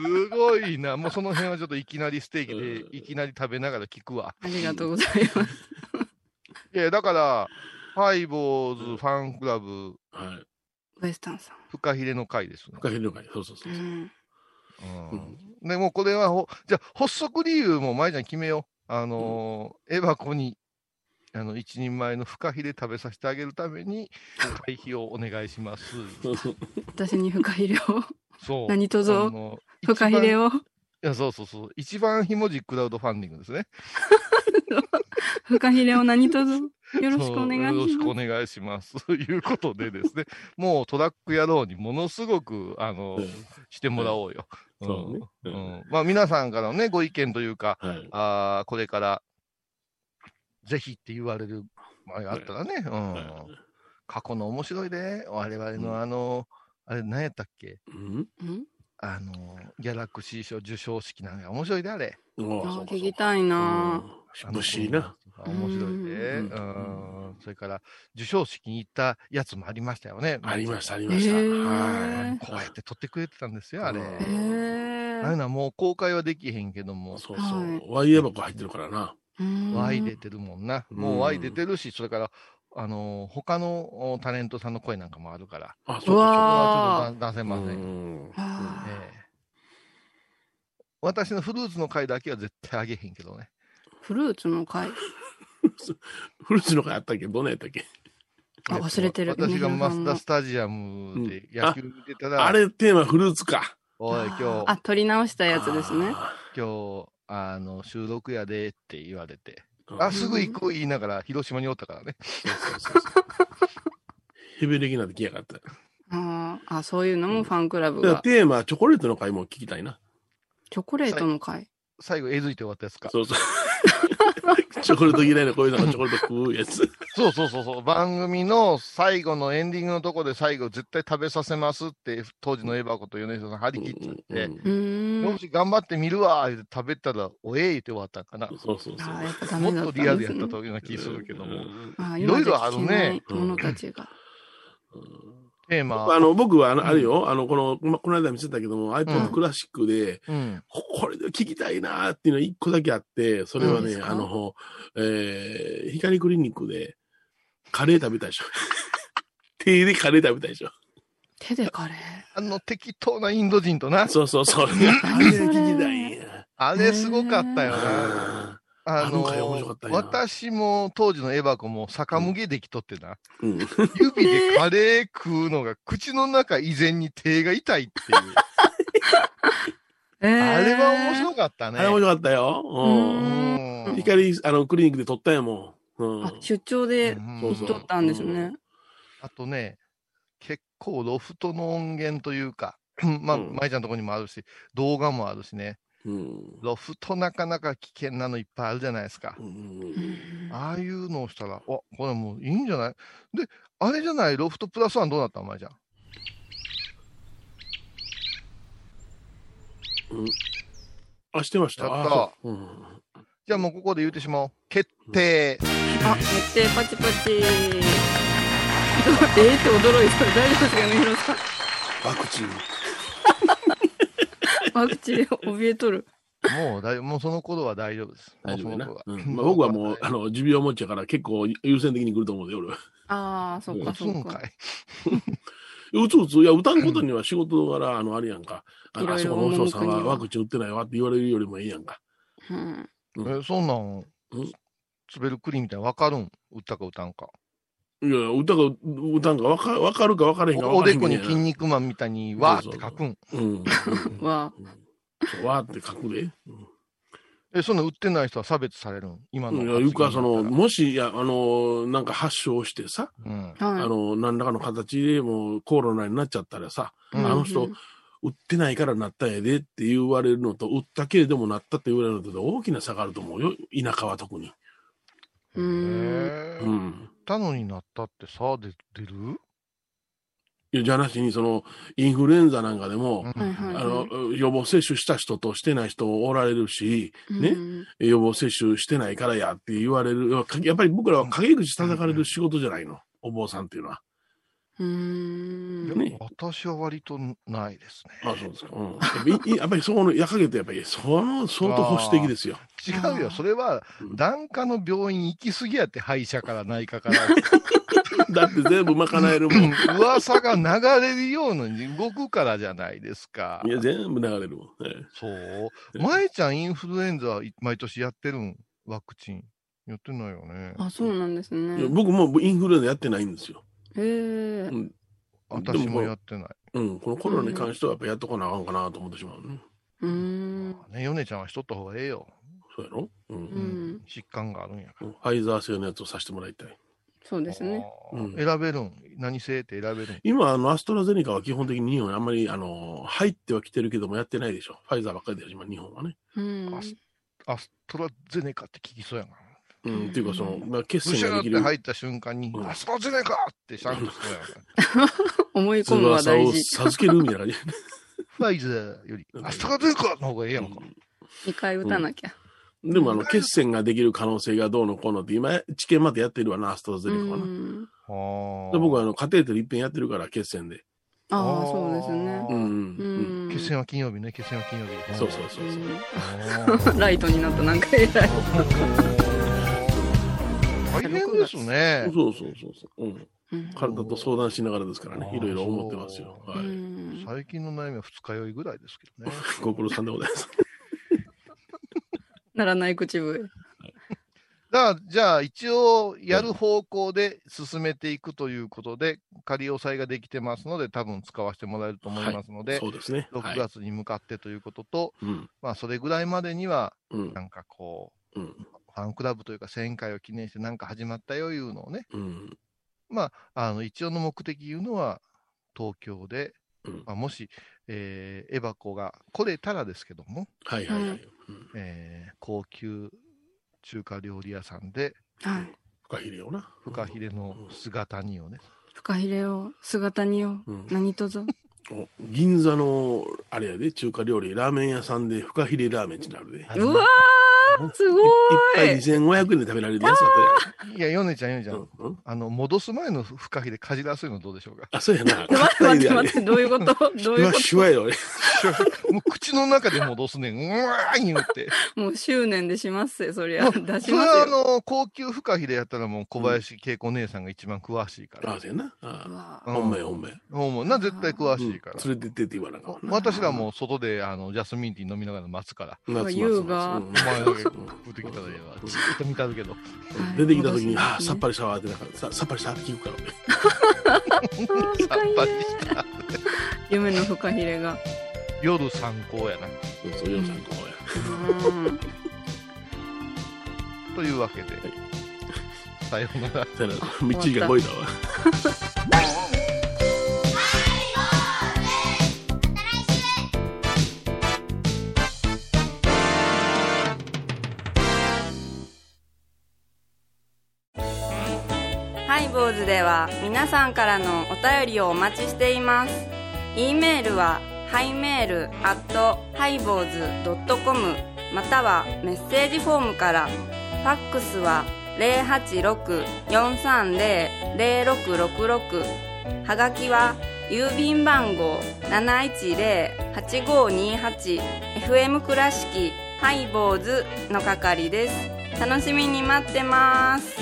[SPEAKER 3] すごいな。もうその辺はちょっといきなりステーキで、いきなり食べながら聞くわ。
[SPEAKER 2] ありがとうございます。
[SPEAKER 3] いや、だから、ハイボーズファンクラブ、
[SPEAKER 4] はい。
[SPEAKER 2] ウエスタンさん。
[SPEAKER 3] フカヒレの会ですね
[SPEAKER 4] フ。カヒレの会。そうそうそううそう。
[SPEAKER 2] ん
[SPEAKER 3] うん
[SPEAKER 4] うん
[SPEAKER 3] でもうこれはほ、じゃあ発足理由も前ちゃん決めよう。あのーエバコに、あの、一人前のフカヒレ食べさせてあげるために、会費をお願いします。
[SPEAKER 2] 私にフカヒレを、
[SPEAKER 3] そう。
[SPEAKER 2] 何卒
[SPEAKER 3] あの
[SPEAKER 2] フカヒレを、
[SPEAKER 3] を。一番いや、そうそうそう。一番ひもじいクラウドファンディングですね。
[SPEAKER 2] フカヒレを何卒よろしくお願
[SPEAKER 3] そうよろ
[SPEAKER 2] いし
[SPEAKER 3] しく
[SPEAKER 2] ま
[SPEAKER 3] お願いします。 ということでですね、もうトラック野郎にものすごく、あの、してもらおうよ。
[SPEAKER 4] そうね
[SPEAKER 3] う
[SPEAKER 4] うんん
[SPEAKER 3] うんまあ皆さんからのね、ご意見というか、
[SPEAKER 4] はい。
[SPEAKER 3] あーこれから、ぜひって言われる、あれがあったらね、
[SPEAKER 4] は
[SPEAKER 3] うん。過去の面白いね、我々のあの、あれ何やったっけ
[SPEAKER 4] うん
[SPEAKER 2] す。ん
[SPEAKER 3] あの、ギャラクシー賞受賞式なんか面白いであれ。
[SPEAKER 4] お
[SPEAKER 2] あー
[SPEAKER 4] ー
[SPEAKER 2] 聞きたいなぁ。
[SPEAKER 3] あの
[SPEAKER 4] 欲しいな。。
[SPEAKER 3] 面白いね。
[SPEAKER 4] うん
[SPEAKER 3] うん。それから、授賞式に行ったやつもありましたよね。
[SPEAKER 4] ありました、あり
[SPEAKER 2] ま
[SPEAKER 4] ま
[SPEAKER 2] し
[SPEAKER 4] したた。
[SPEAKER 2] へ
[SPEAKER 4] は
[SPEAKER 2] ー
[SPEAKER 4] い。
[SPEAKER 3] こうやって撮ってくれてたんですよ、あれ。
[SPEAKER 4] うん
[SPEAKER 2] へえ
[SPEAKER 3] あれ。な、もう公開はできへんけども、
[SPEAKER 4] そう
[SPEAKER 2] は
[SPEAKER 4] そ。
[SPEAKER 2] いう
[SPEAKER 4] ワイヤー箱入ってるからな。
[SPEAKER 2] うん
[SPEAKER 3] ワイ出てるもんな。もうワイ出てるし、それから、あのー、他のおタレントさんの声なんかもあるから、
[SPEAKER 4] あ、
[SPEAKER 2] う
[SPEAKER 3] そこ
[SPEAKER 2] わ
[SPEAKER 3] はちょっと出せ
[SPEAKER 4] ー
[SPEAKER 3] ません。え
[SPEAKER 4] うん
[SPEAKER 2] あー
[SPEAKER 3] え私のフルーツの回だけは絶対あげへんけどね。
[SPEAKER 2] フルーツの会。
[SPEAKER 4] フルーツの会あったっけどんなんやったっけ
[SPEAKER 2] あ忘れてる
[SPEAKER 3] 私
[SPEAKER 2] 皆さ
[SPEAKER 3] がマ
[SPEAKER 2] んも
[SPEAKER 3] スダスタジアムで野球見てたら、
[SPEAKER 4] あれテーマフルーツか。
[SPEAKER 3] おい、今日、
[SPEAKER 2] あ、取り直したやつですね。
[SPEAKER 4] あ
[SPEAKER 3] 今日、あの、収録やでって言われて、
[SPEAKER 4] ー。
[SPEAKER 3] あ、すぐ行こう言いながら、広島におったからね。
[SPEAKER 4] そうそうそうそうヘベレキなんて来やがった。だか
[SPEAKER 2] あーあ、そういうのもファンクラブ
[SPEAKER 4] ら
[SPEAKER 2] が。
[SPEAKER 4] テーマ、チョコレートの会も聞きたいな。
[SPEAKER 2] チョコレートの会。
[SPEAKER 3] 最後、えずいて終わったやつか。
[SPEAKER 4] そうそう。チョコレート嫌いなこういうのがチョコレート食うやつ。
[SPEAKER 3] そうそうそうそう。番組の最後のエンディングのとこで最後絶対食べさせますって、当時のエバコと米人さん張り切っちゃって、
[SPEAKER 2] う
[SPEAKER 3] よ
[SPEAKER 2] ーん。
[SPEAKER 3] し、頑張ってみるわーって食べたら、おえいって終わったんかな。
[SPEAKER 4] そうそうそう
[SPEAKER 2] ああ、。やっぱダ
[SPEAKER 3] も
[SPEAKER 2] メだ
[SPEAKER 3] っ
[SPEAKER 2] ったんで
[SPEAKER 3] と
[SPEAKER 2] すね。
[SPEAKER 3] リアルやったというような気するけども、
[SPEAKER 4] うん
[SPEAKER 2] ああ、
[SPEAKER 3] い
[SPEAKER 2] 今
[SPEAKER 3] ろい
[SPEAKER 2] じゃ
[SPEAKER 3] ろあ
[SPEAKER 2] 聞
[SPEAKER 3] る
[SPEAKER 2] け
[SPEAKER 3] ね
[SPEAKER 2] ない者たちが。
[SPEAKER 3] テー
[SPEAKER 4] ま
[SPEAKER 3] マ
[SPEAKER 4] あ、あ、の、僕はあの、あるよ。あの、この、ま、この間見せたけども、iPod クラシックで、
[SPEAKER 3] うん。
[SPEAKER 4] ここれで聞きたいなーっていうの一個だけあって、それは
[SPEAKER 2] 何で
[SPEAKER 4] ね、
[SPEAKER 2] すか
[SPEAKER 4] あの、えー、光クリニックで、カレー食べたでしょ。手でカレー食べたでしょ。
[SPEAKER 2] 手でカレー。
[SPEAKER 3] あの適当なインド人とな、
[SPEAKER 4] そうそうそう。あれ
[SPEAKER 2] 何それ
[SPEAKER 4] 聞きたいんや。
[SPEAKER 3] あれすごかったよな。
[SPEAKER 4] あ
[SPEAKER 3] あ
[SPEAKER 4] あの回面白か
[SPEAKER 3] の
[SPEAKER 4] った、よ
[SPEAKER 3] 私も当時のエバコも酒麦できとってな、
[SPEAKER 4] ーうん。
[SPEAKER 3] 指でカレー食うのが口の中以前に手が痛いっていう。
[SPEAKER 2] ええ。
[SPEAKER 3] あれは面白かったね。
[SPEAKER 4] あれ面白かったよ。
[SPEAKER 2] う
[SPEAKER 4] う。
[SPEAKER 3] うんん
[SPEAKER 4] 光、あの、クリニックで撮ったんやもん。うん。
[SPEAKER 2] あ、出張で
[SPEAKER 3] うん
[SPEAKER 4] そ
[SPEAKER 2] 行
[SPEAKER 4] う
[SPEAKER 2] っ
[SPEAKER 4] そ
[SPEAKER 2] と
[SPEAKER 4] う
[SPEAKER 2] ったんですね。
[SPEAKER 3] あとね、結構ロフトの音源というか、 まあ、
[SPEAKER 4] うん
[SPEAKER 3] 舞ちゃんのとこにもあるし、動画もあるしね、
[SPEAKER 4] うん。
[SPEAKER 3] ロフトなかなか危険なのいっぱいあるじゃないですか
[SPEAKER 4] う。ん
[SPEAKER 2] うん
[SPEAKER 3] ああいうのをしたら、あ、これもういいんじゃないで、あれじゃない、ロフトプラスワンどうなったん舞ちゃん。
[SPEAKER 4] あ、してました。
[SPEAKER 3] やった
[SPEAKER 4] あそううん
[SPEAKER 3] じゃあもうここで言ってしまおう。決定
[SPEAKER 2] あ、決 定パチパチ。ええって驚いた。大丈夫ですかね、ヒロさん。
[SPEAKER 4] ワクチンに。
[SPEAKER 2] ワクチン怯えとる。
[SPEAKER 3] もうだい、もうその頃は大丈夫です。
[SPEAKER 4] 大丈夫やな
[SPEAKER 3] もう。その頃
[SPEAKER 4] うんまあ、僕は もう、あの、持病持ちやから結構優先的に来ると思うで、俺は。
[SPEAKER 2] ああ、そっ
[SPEAKER 3] 打
[SPEAKER 2] か
[SPEAKER 3] つ
[SPEAKER 2] そっ
[SPEAKER 3] ん
[SPEAKER 2] か
[SPEAKER 3] か。い。
[SPEAKER 4] 打つ打つ。いや、打たんことには仕事柄、あの、あれやんか。あの、あ
[SPEAKER 2] い
[SPEAKER 4] そ
[SPEAKER 2] ろ
[SPEAKER 4] こ
[SPEAKER 2] いろ
[SPEAKER 4] のお嬢さん
[SPEAKER 2] 文句
[SPEAKER 4] は
[SPEAKER 2] には
[SPEAKER 4] ワクチン打ってないわって言われるよりもいいやんか。
[SPEAKER 2] うん。
[SPEAKER 4] うん
[SPEAKER 3] え、そんなん
[SPEAKER 4] うん、
[SPEAKER 3] 滑るクリみたいな分かるん打ったか打たんか。
[SPEAKER 4] いや、打たんか、打たんか分か分かるか分からへんか
[SPEAKER 3] おお
[SPEAKER 4] 分
[SPEAKER 3] で
[SPEAKER 4] か
[SPEAKER 3] こ
[SPEAKER 4] ら
[SPEAKER 3] に
[SPEAKER 4] へん
[SPEAKER 3] 筋
[SPEAKER 4] か。
[SPEAKER 3] 肉マンみたいにわーって書くん。
[SPEAKER 4] うん。うん
[SPEAKER 2] は、
[SPEAKER 4] そうわーって書くで。うん
[SPEAKER 3] え、そんなん打ってない人は差別されるん今の。
[SPEAKER 4] いや、いうか、その、
[SPEAKER 3] うん。
[SPEAKER 4] もし、いや、あの、なんか発症してさ、
[SPEAKER 3] うん
[SPEAKER 4] あ
[SPEAKER 2] は
[SPEAKER 4] の、何らかの形でもうコロナになっちゃったらさ、
[SPEAKER 2] い。
[SPEAKER 4] あの人
[SPEAKER 2] うん
[SPEAKER 4] 打ってないからなったんやでって言われるのと、打ったけれどもなったって言われるのとで大きな差があると思うよ、田舎は特に。
[SPEAKER 2] うーん。
[SPEAKER 3] へー
[SPEAKER 4] う
[SPEAKER 3] 打っ
[SPEAKER 4] ん。
[SPEAKER 3] たのになったってさ、で出る
[SPEAKER 4] いやじゃなしに、その、インフルエンザなんかでも、
[SPEAKER 3] うん
[SPEAKER 2] はいはい
[SPEAKER 4] あの、予防接種した人としてない人おられるし、ね
[SPEAKER 2] うん
[SPEAKER 4] 予防接種してないからやって言われる。やっぱり僕らは陰口叩かれる仕事じゃないの、お坊さんっていうのは。
[SPEAKER 2] うーん。
[SPEAKER 4] ね
[SPEAKER 3] 私は割とないですね。
[SPEAKER 4] あそうですか。うん。やっぱり、やっぱりそこの、やかげて、やっぱり、その、相当保守的ですよ。
[SPEAKER 3] 違う
[SPEAKER 2] あー
[SPEAKER 3] よ。それは
[SPEAKER 4] うん、
[SPEAKER 3] 檀
[SPEAKER 4] 檀
[SPEAKER 3] 家の病院行き過ぎやって、歯医者から内 科から。
[SPEAKER 4] だって全部賄えるもん。
[SPEAKER 3] 噂が流れるように動くからじゃないですか
[SPEAKER 4] い。や、全部流れるもん。ええ
[SPEAKER 3] そう。
[SPEAKER 4] え
[SPEAKER 3] 舞ちゃん、インフルエンザ、い毎年やってるんワクチン。やってないよね。
[SPEAKER 2] あ、そうなんです
[SPEAKER 4] いや
[SPEAKER 2] ね。
[SPEAKER 4] 僕もインフルエンザやってないんですよ。
[SPEAKER 2] へえ
[SPEAKER 4] う。ん、
[SPEAKER 3] 私もやってない。
[SPEAKER 4] うん、このコロナに関してはやっぱやっとかなあかんかなと思ってしまうね。
[SPEAKER 2] うーん。
[SPEAKER 3] まあね、ヨネちゃんはしとった方がええよ。
[SPEAKER 4] そうやろ、うん
[SPEAKER 2] うん
[SPEAKER 3] 疾患があるんやか
[SPEAKER 4] ファイザー製のやつをさせてもらいたい。
[SPEAKER 2] そう
[SPEAKER 3] ら。
[SPEAKER 2] ですね。
[SPEAKER 3] あー
[SPEAKER 4] うん
[SPEAKER 3] 選べるん。何製って選べるん。
[SPEAKER 4] 今、あの、アストラゼネカは基本的に日本にあんまり、あの、入っては来てるけどもやってないでしょ。ファイザーばっかりでしょ、今、日本はね。
[SPEAKER 2] うん。
[SPEAKER 3] あアストラゼネカって聞きそうやな。
[SPEAKER 4] うん、
[SPEAKER 2] うん
[SPEAKER 4] っていうか、その、まあ、決
[SPEAKER 3] ブシ
[SPEAKER 4] 戦
[SPEAKER 3] ャ
[SPEAKER 4] が
[SPEAKER 3] ー
[SPEAKER 4] で
[SPEAKER 3] っ
[SPEAKER 4] き
[SPEAKER 3] て
[SPEAKER 4] る。
[SPEAKER 3] 入った瞬間に
[SPEAKER 4] う、ん
[SPEAKER 3] アストラゼネカってシャンとそう やな。
[SPEAKER 2] 思い込むは
[SPEAKER 4] 翼
[SPEAKER 2] 大
[SPEAKER 4] を
[SPEAKER 2] 事。
[SPEAKER 4] 授けるみた いな感じ。
[SPEAKER 3] ファイザーより、アストラゼネカの方がええやんか。
[SPEAKER 2] 二回打たなきゃ。
[SPEAKER 4] でも、あの、血栓ができる可能性がどうのこうのって、今、治験までやってるわな、アストラゼ
[SPEAKER 2] う
[SPEAKER 4] ネカはな。で
[SPEAKER 2] ん。
[SPEAKER 3] あ
[SPEAKER 4] 僕は、
[SPEAKER 3] あ
[SPEAKER 4] あの、カテーテル一遍やってるから、血栓で。
[SPEAKER 2] ああ、そうですね。
[SPEAKER 4] うん、
[SPEAKER 2] う
[SPEAKER 4] うん。
[SPEAKER 2] ん。
[SPEAKER 3] 決戦は金曜日ね、決戦は金曜日。
[SPEAKER 4] そうそうそうそう。
[SPEAKER 3] うん
[SPEAKER 2] ライトになったなんか偉い。
[SPEAKER 3] 大変ですね。
[SPEAKER 4] そうそうそうそう。うん。
[SPEAKER 2] うん
[SPEAKER 4] 体と相談しながらですからね
[SPEAKER 3] あ、ー
[SPEAKER 4] いろいろ思ってますよ。は
[SPEAKER 2] う
[SPEAKER 4] い。
[SPEAKER 2] ん
[SPEAKER 3] 最近の悩みは二日酔いぐらいですけどね。
[SPEAKER 4] ご苦労さんでございます。
[SPEAKER 2] ならない口笛。
[SPEAKER 3] だからじゃあ、一応、やる方向で進めていくということで、仮押さえができてますので、多分使わせてもらえると思いますので、
[SPEAKER 4] そうですね。は
[SPEAKER 3] 6
[SPEAKER 4] い。
[SPEAKER 3] 月に向かってということと、
[SPEAKER 4] うん。
[SPEAKER 3] まあ、それぐらいまでには、
[SPEAKER 4] うん
[SPEAKER 3] な。んかこ
[SPEAKER 4] う
[SPEAKER 3] う、
[SPEAKER 4] ん
[SPEAKER 3] ファンクラブというか、1000回を記念して、なんか始まったよいうのをね、
[SPEAKER 4] うん。
[SPEAKER 3] まあ、あの一応の目的いうのは、東京で、
[SPEAKER 4] うん
[SPEAKER 3] まあ、もし、えーエバコが来れたらですけども、
[SPEAKER 4] はいはいはい。
[SPEAKER 2] う
[SPEAKER 4] うんん
[SPEAKER 3] えー高級中華料理屋さんで、
[SPEAKER 2] はい。
[SPEAKER 4] フカヒレをな。
[SPEAKER 3] フカヒレの姿煮をね、
[SPEAKER 2] フカヒレを、姿煮を、
[SPEAKER 4] うん。
[SPEAKER 2] 何と ぞ。
[SPEAKER 4] お銀座の、あれやで、中華料理、ラーメン屋さんでフカヒレラーメンってなるで。いう
[SPEAKER 2] うわー すご
[SPEAKER 4] 一
[SPEAKER 2] ー
[SPEAKER 4] 杯
[SPEAKER 2] い
[SPEAKER 4] 2500円で食べられるやつだっ
[SPEAKER 3] いや、ヨネちゃん、ヨネちゃ
[SPEAKER 4] たや
[SPEAKER 3] ん、
[SPEAKER 4] ん。うん。
[SPEAKER 3] あの戻す前のフカヒレかじらすのどうでしょうか。
[SPEAKER 4] あ、そうやな。
[SPEAKER 2] 待って待って 待っ
[SPEAKER 4] シ
[SPEAKER 2] て、どういう ことどう
[SPEAKER 4] ュ
[SPEAKER 2] いう
[SPEAKER 4] ワ
[SPEAKER 2] こ
[SPEAKER 4] シュワよ、俺。
[SPEAKER 3] もう口の中で戻すねん、うわー言うて。
[SPEAKER 2] ともう執念でしますよ、そり
[SPEAKER 3] も
[SPEAKER 2] ゃ。
[SPEAKER 3] う
[SPEAKER 2] 出し
[SPEAKER 3] それは
[SPEAKER 2] ま
[SPEAKER 3] あ
[SPEAKER 2] すよ。
[SPEAKER 3] の高級フカヒレやったら、もう小林恵子姉さんが一番詳しいから。
[SPEAKER 4] あ、そうやな。あ
[SPEAKER 2] うわ
[SPEAKER 3] うん
[SPEAKER 4] ほんまやほんまや。
[SPEAKER 3] もうもうな絶対詳
[SPEAKER 4] うん
[SPEAKER 3] しいから。
[SPEAKER 4] 連れてってって言わなあかんわな。
[SPEAKER 3] 私らもう外であのジャスミンティー飲みながら待つから、
[SPEAKER 4] 夏夏
[SPEAKER 2] 優雅
[SPEAKER 4] 夏うん
[SPEAKER 3] お前だけ食ってきたらええわ、ずっと見たるけど、
[SPEAKER 2] はい
[SPEAKER 4] 出てきた
[SPEAKER 2] そう
[SPEAKER 4] 時に、
[SPEAKER 2] ですね
[SPEAKER 4] ああ、さっぱりしたわってなんかさ、さっぱりしたって聞くからね。
[SPEAKER 2] あー
[SPEAKER 3] さっぱりした。
[SPEAKER 2] 夢のフカヒレが。
[SPEAKER 3] 夜参考やな。
[SPEAKER 4] そうそう、ヨウさんこうや。
[SPEAKER 2] うん
[SPEAKER 3] というわけで、さようなら。
[SPEAKER 4] ただ、みっちりが超えたわ。
[SPEAKER 1] ハイボーズでは皆さんからのお便りをお待ちしています。e メールはハイメールアットハイボーズドットコムまたはメッセージフォームから。ファックスは086-430-0666はがきは
[SPEAKER 2] 郵便番号 710-8528FM 倉敷ハイボーズの係です楽しみに待ってます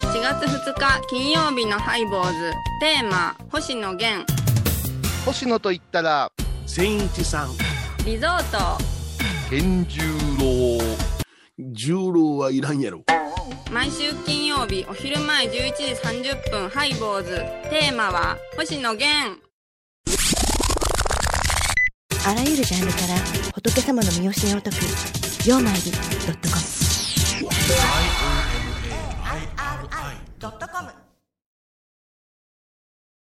[SPEAKER 2] 4月2日金曜日のハイボーズテーマ星野源
[SPEAKER 3] 星野と言ったら
[SPEAKER 4] 千一さん
[SPEAKER 2] リゾート
[SPEAKER 3] 源十郎
[SPEAKER 4] 十郎はいらんやろ
[SPEAKER 2] 毎週金曜日お昼前11時30分ハイボーズテーマは星野源
[SPEAKER 5] あらゆるジャンルから仏様の身教えを解く「曜マイルドットコム」